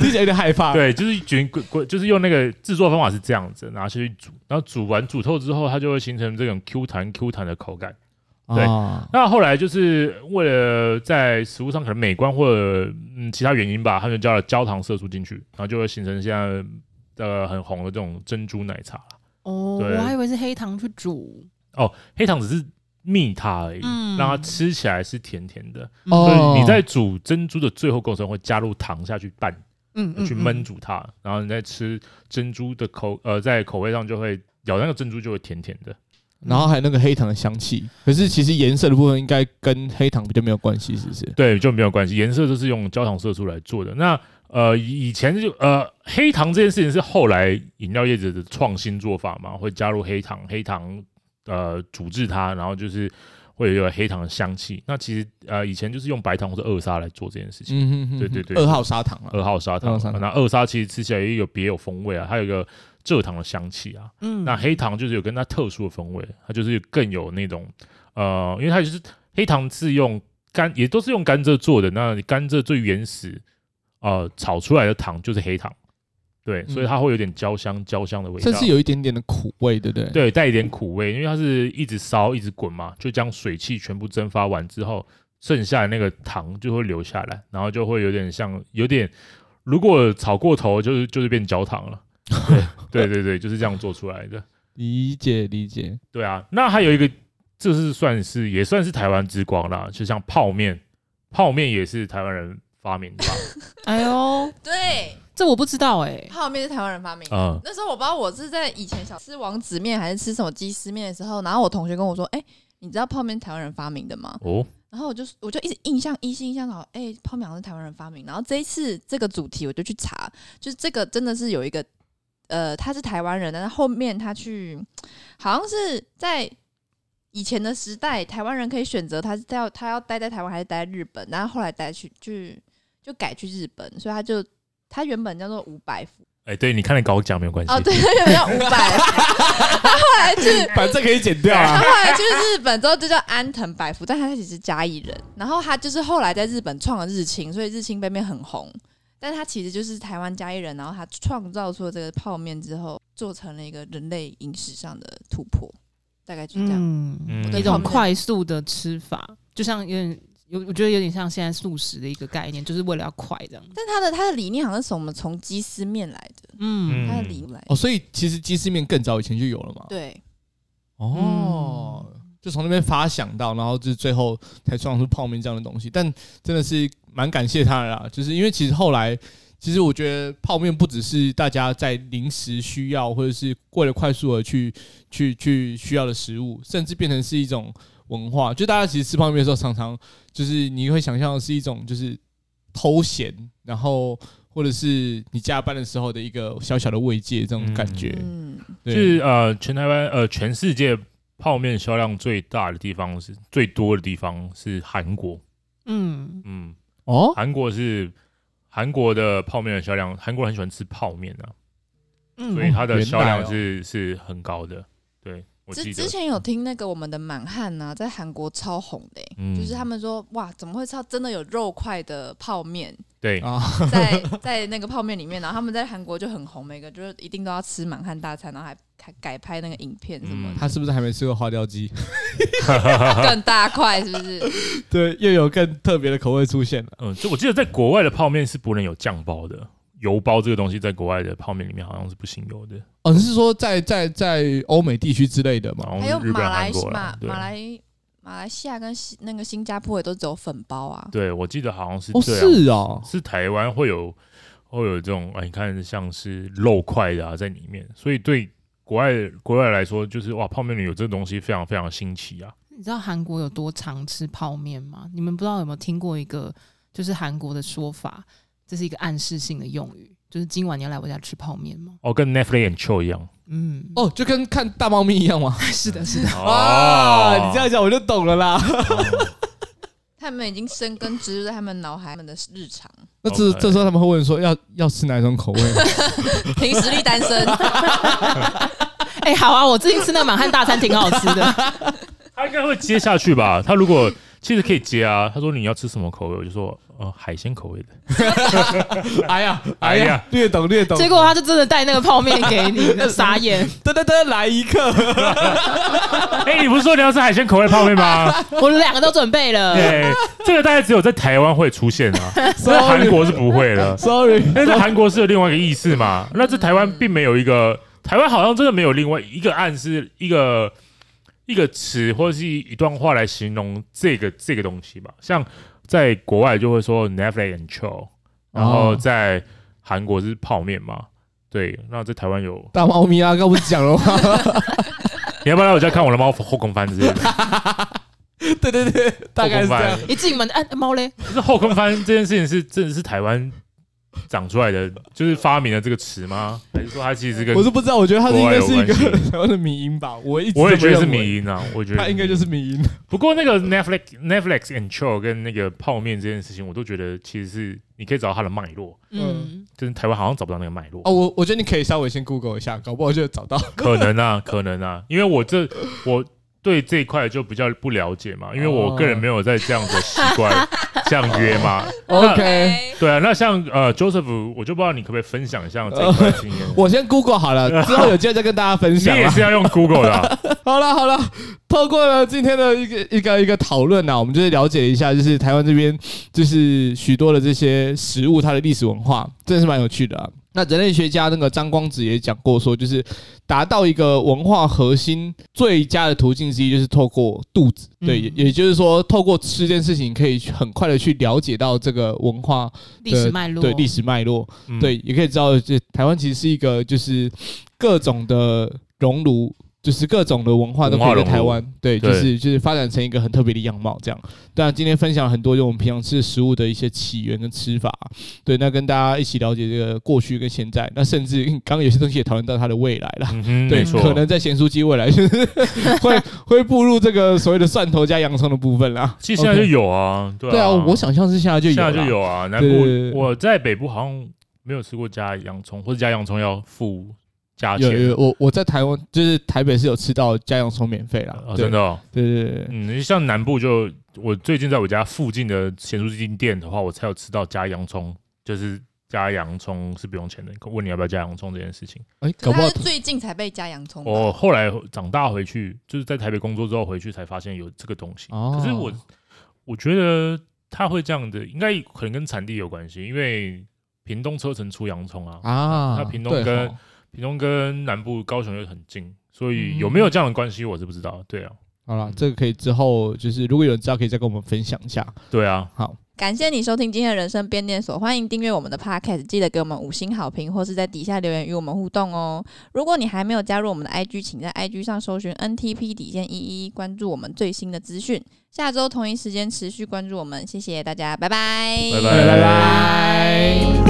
S1: 听起来有点害怕。
S2: 对，就是卷滚滚，就是用那个制作方法是这样子，拿下去煮，然后煮完煮透之后，它就会形成这种 Q 弹 Q 弹的口感。对
S1: 啊
S2: 那后来就是为了在食物上可能美观或者嗯其他原因吧，他们就加了焦糖色素进去，然后就会形成现在呃很红的这种珍珠奶茶。
S4: 哦，
S2: 对
S4: 我还以为是黑糖去煮，
S2: 黑糖只是蜜它而已，
S4: 嗯
S2: 让它吃起来是甜甜的。
S1: 哦
S2: 所以你在煮珍珠的最后过程会加入糖下去拌，
S4: 嗯嗯，
S2: 去焖煮它，然后你再吃珍珠的口呃在口味上就会咬那个珍珠就会甜甜的。
S1: 然后还有那个黑糖的香气，可是其实颜色的部分应该跟黑糖比较没有关系，是不是？
S2: 对，就没有关系，颜色都是用焦糖色素来做的。那呃，以以前就呃，黑糖这件事情是后来饮料业者的创新做法嘛，会加入黑糖，黑糖呃煮制它，然后就是会有黑糖的香气。那其实呃，以前就是用白糖或者二砂来做这件事情。
S1: 嗯哼哼
S2: 对对呃对
S1: 二号砂糖啊，
S2: 二号砂糖
S1: 二号砂，糖
S2: 那二砂其实吃起来也有别有风味啊，它有一个蔗糖的香气啊。
S4: 嗯
S2: 那黑糖就是有跟它特殊的风味，它就是更有那种呃，因为它就是黑糖是用甘也都是用甘蔗做的，那甘蔗最原始呃炒出来的糖就是黑糖，对，
S1: 嗯
S2: 所以它会有点焦香焦香的味道
S1: 甚，至有一点点的苦味，对不对？，
S2: 对，带一点苦味，因为它是一直烧一直滚嘛，就将水汽全部蒸发完之后，剩下的那个糖就会留下来，然后就会有点像有点。如果炒过头，就是就是变焦糖了。对对对对，就是这样做出来的。
S1: 理解理解。
S2: 对啊，那还有一个，这是算是也算是台湾之光啦，就像泡面，泡面也是台湾人发明的 吧？
S4: 哎呦，
S3: 对，
S4: 这我不知道哎，
S3: 泡面是台湾人发明的。
S2: 嗯，
S3: 那时候我不知道我是在以前小吃王子面还是吃什么鸡丝面的时候，然后我同学跟我说：“哎、你知道泡面台湾人发明的吗
S2: 哦，？”
S3: 然后我就我就一直印象一心印象到，哎、泡面好像是台湾人发明。然后这一次这个主题我就去查，就是这个真的是有一个，呃，他是台湾人，但是后面他去好像是在以前的时代，台湾人可以选择他是要他要待在台湾还是待在日本，然后后来待去去就改去日本，所以他就他原本叫做五百福
S2: 哎、对，你看你搞我讲没有关系。
S3: 哦，对，他原本叫五百， 他后来去。
S1: 反正可以剪掉
S3: 他
S1: 啊。
S3: 后来去日本之后就叫安藤百福，但他其实是嘉义人。然后他就是后来在日本创了日清，所以日清杯面很红。但他其实就是台湾嘉义人，然后他创造出了这个泡面之后，做成了一个人类饮食上的突破，大概就这样。
S4: 嗯，
S2: 嗯
S3: 我对
S4: 一
S3: 泡
S4: 种
S3: 面
S4: 快速的吃法，就像有点有，我觉得有点像现在素食的一个概念，就是为了要快这样。
S3: 但他的他的理念好像是我们从鸡丝面来的，
S4: 嗯，
S3: 他的理来的
S1: 哦，所以其实鸡丝面更早以前就有了嘛。
S3: 对，
S2: 嗯
S1: 哦，就从那边发想到，然后就是最后才创出泡面这样的东西。但真的是蛮感谢他的啦，就是因为其实后来，其实我觉得泡面不只是大家在临时需要，或者是为了快速而去去去需要的食物，甚至变成是一种文化。就大家其实吃泡面的时候，常常就是你会想象的是一种就是偷闲，然后或者是你加班的时候的一个小小的慰藉这种感觉。
S3: 嗯，
S1: 对
S2: 就是呃，全台湾呃，全世界泡面销量最大的地方是最多的地方是韩国，
S4: 嗯，
S2: 嗯，
S1: 哦，
S2: 韩国是韩国的泡面的销量，韩国人很喜欢吃泡面啊，
S4: 嗯
S2: 所以它的销量
S1: 哦
S2: 是、是很高的。对，我记得
S3: 之之前有听那个我们的满汉呐，在韩国超红的欸、
S2: 嗯
S3: 就是他们说哇，怎么会超真的有肉块的泡面
S2: 对，
S1: 啊，
S3: 在在那个泡面里面，然后他们在韩国就很红，每个就是一定都要吃满汉大餐，然后还还改拍那个影片什么
S2: 嗯
S1: 他是不是还没吃过花雕鸡？
S3: 的， 更大块是不 是？
S1: 对，又有更特别的口味出现了。
S2: 嗯，就我记得在国外的泡面是不能有酱包的，油包这个东西在国外的泡面里面好像是不行有的，
S1: 哦，你是说在在在欧美地区之类的吗？
S2: 然
S3: 还有
S2: 后日本、
S3: 马来
S2: 韩
S3: 西
S2: 国
S3: 马
S2: 啦，对
S3: 马来马来西亚跟新那个新加坡也都只有粉包啊，
S2: 对，我记得好像是
S1: 哦，
S2: 这样，
S1: 是哦，
S2: 是台湾会有会有这种，哎，你看像是肉块的啊在里面，所以对国外国外来说，就是哇，泡面里有这东西非常非常新奇啊，
S4: 你知道韩国有多常吃泡面吗？你们不知道有没有听过一个，就是韩国的说法，这是一个暗示性的用语，就是今晚你要来我家吃泡面吗？
S2: 哦，跟 Netflix and Chill 一 样
S4: 嗯，
S1: 哦，就跟看大猫咪一样吗？
S4: 是
S2: 嗯
S4: 的，是的，
S2: 哦
S1: 啊，你这样讲我就懂了啦。
S3: 他们已经生根植入在他们脑海他们的日常，
S1: 那这
S2: OK
S1: 这时候他们会问说要要吃哪种口味吗？
S3: 凭实力 单身。
S4: 哎、好啊，我最近吃那个满汉大餐挺好吃 的，
S2: 他应该会接下去吧？他如果其实可以接啊，他说你要吃什么口味，我就说呃海鲜口味的，
S1: 哎呀，
S2: 哎呀，
S1: 略懂略懂。
S4: 结果他就真的带那个泡面给你， 那傻眼。
S1: 噔噔噔，来一 个，
S2: 哎、你不是说你要吃海鲜口味泡面吗？
S4: 我两个都准备了，
S2: 对，这个大概只有在台湾会出现啊，在韩国是不会的，
S1: ，sorry，
S2: 因为在韩国是有另外一个意思嘛。那在台湾并没有一个，台湾好像真的没有另外一个暗示一个一个词或者是一段话来形容这个这个东西吧。像在国外就会说 Netflix and chill，然
S1: 哦
S2: 后在韩国是泡面嘛。对，那在台湾有，
S1: 大猫咪啊，刚不是讲了吗？
S2: 你要不要来我家看我的猫后空翻之类的？
S1: 对对对， 大概是这样。
S4: 一进门，哎、猫嘞？
S2: 可是后空翻这件事情是真的是台湾长出来的，就是发明了这个词吗？还是说它其实是跟
S1: 我是不知道，我觉得它是应该是一
S2: 国外有 关
S1: 个台湾的迷音吧，我一直
S2: 我也觉得是
S1: 这么认为，
S2: 迷因啊，我觉得
S1: 它应该就是
S2: 迷
S1: 迷音。
S2: 因。不过那个 Netflix Netflix and chill 跟那个泡面这件事情，我都觉得其实是你可以找到它的脉络，
S4: 嗯，
S2: 就是台湾好像找不到那个脉络。
S1: 哦，我我觉得你可以稍微先 Google 一下，搞不好就 找到。
S2: 可能啊，可能啊，因为我这我对这一块就比较不了解嘛，因为我个人没有在这样的习
S1: 哦
S2: 惯这样约嘛。
S1: OK，
S2: 对啊，那像呃 Joseph，我就不知道你可不可以分享一下这一块经验。
S1: 哦我先 Google 好了，之后有机会再跟大家分
S2: 你
S1: 享啊
S2: 也
S1: 啦。
S2: 是要用 Google 的啊、
S1: 好了好了，透过了今天的一个一个一个讨论啊呢，我们就是了解一下，就是台湾这边就是许多的这些食物它的历史文化，真的是蛮有趣的啊。那人类学家那个张光子也讲过说，就是达到一个文化核心最佳的途径之一，就是透过肚子。对，也
S4: 嗯
S1: 也就是说，透过吃这件事情，可以很快的去了解到这个文化
S4: 历史脉络，
S1: 对历史脉络。
S2: 嗯
S1: 对，也可以知道，这台湾其实是一个就是各种的熔炉，就是各种的文化都可以在
S2: 文化熔炉
S1: 台湾，对，就
S2: 对
S1: 是就是发展成一个很特别的样貌这样。当然，今天分享很多就我们平常吃的食物的一些起源跟吃法，对，那跟大家一起了解这个过去跟现在，那甚至嗯刚刚有些东西也讨论到它的未来啦。
S2: 嗯 哼，
S1: 对，
S2: 没错，
S1: 可能在咸酥鸡未来 就是会会步入这个所谓的蒜头加洋葱的部分啦。
S2: 其实现在就
S1: OK
S2: 有啊，对
S1: 对啊，我想象之下就有
S2: 现在
S1: 啦，
S2: 就有啊。南
S1: 对
S2: 部
S1: 对对
S2: 我在北部好像没有吃过加洋葱，或者加洋葱要付加
S1: 有有
S2: 啊钱
S1: 有，我我在台湾就是台北是有吃到家用葱免费啦，
S2: 啊，
S1: 对
S2: 真的哦。
S1: 对对对对，
S2: 嗯，像南部就我最近在我家附近的咸酥鸡店的话，我才有吃到加洋葱，就是加洋葱是不用钱的。问你要不要加洋葱这件事情，
S1: 哎，
S3: 可
S1: 搞
S3: 是
S1: 不
S3: 他
S1: 好
S3: 是最近才被加洋葱吧，
S2: 我后来长大回去，就是在台北工作之后回去才发现有这个东西。
S1: 哦
S2: 可是我我觉得他会这样的，应该可能跟产地有关系，因为屏东车城出洋葱啊，
S1: 啊，
S2: 那屏东
S1: 对吼
S2: 跟屏东跟南部高雄又很近，所以有没有这样的关系我是不知道。对啊，
S1: 好了，这个可以之后就是如果有人知道，可以再跟我们分享一下。
S2: 对啊，
S1: 好，
S3: 感谢你收听今天的人生编练所，欢迎订阅我们的 Podcast，记得给我们五星好评，或是在底下留言与我们互动哦。如果你还没有加入我们的 IG，请在 IG 上搜寻 NTP 底线一一，关注我们最新的资讯。下周同一时间持续关注我们，谢谢大家，拜拜，
S2: 拜拜
S1: 拜拜。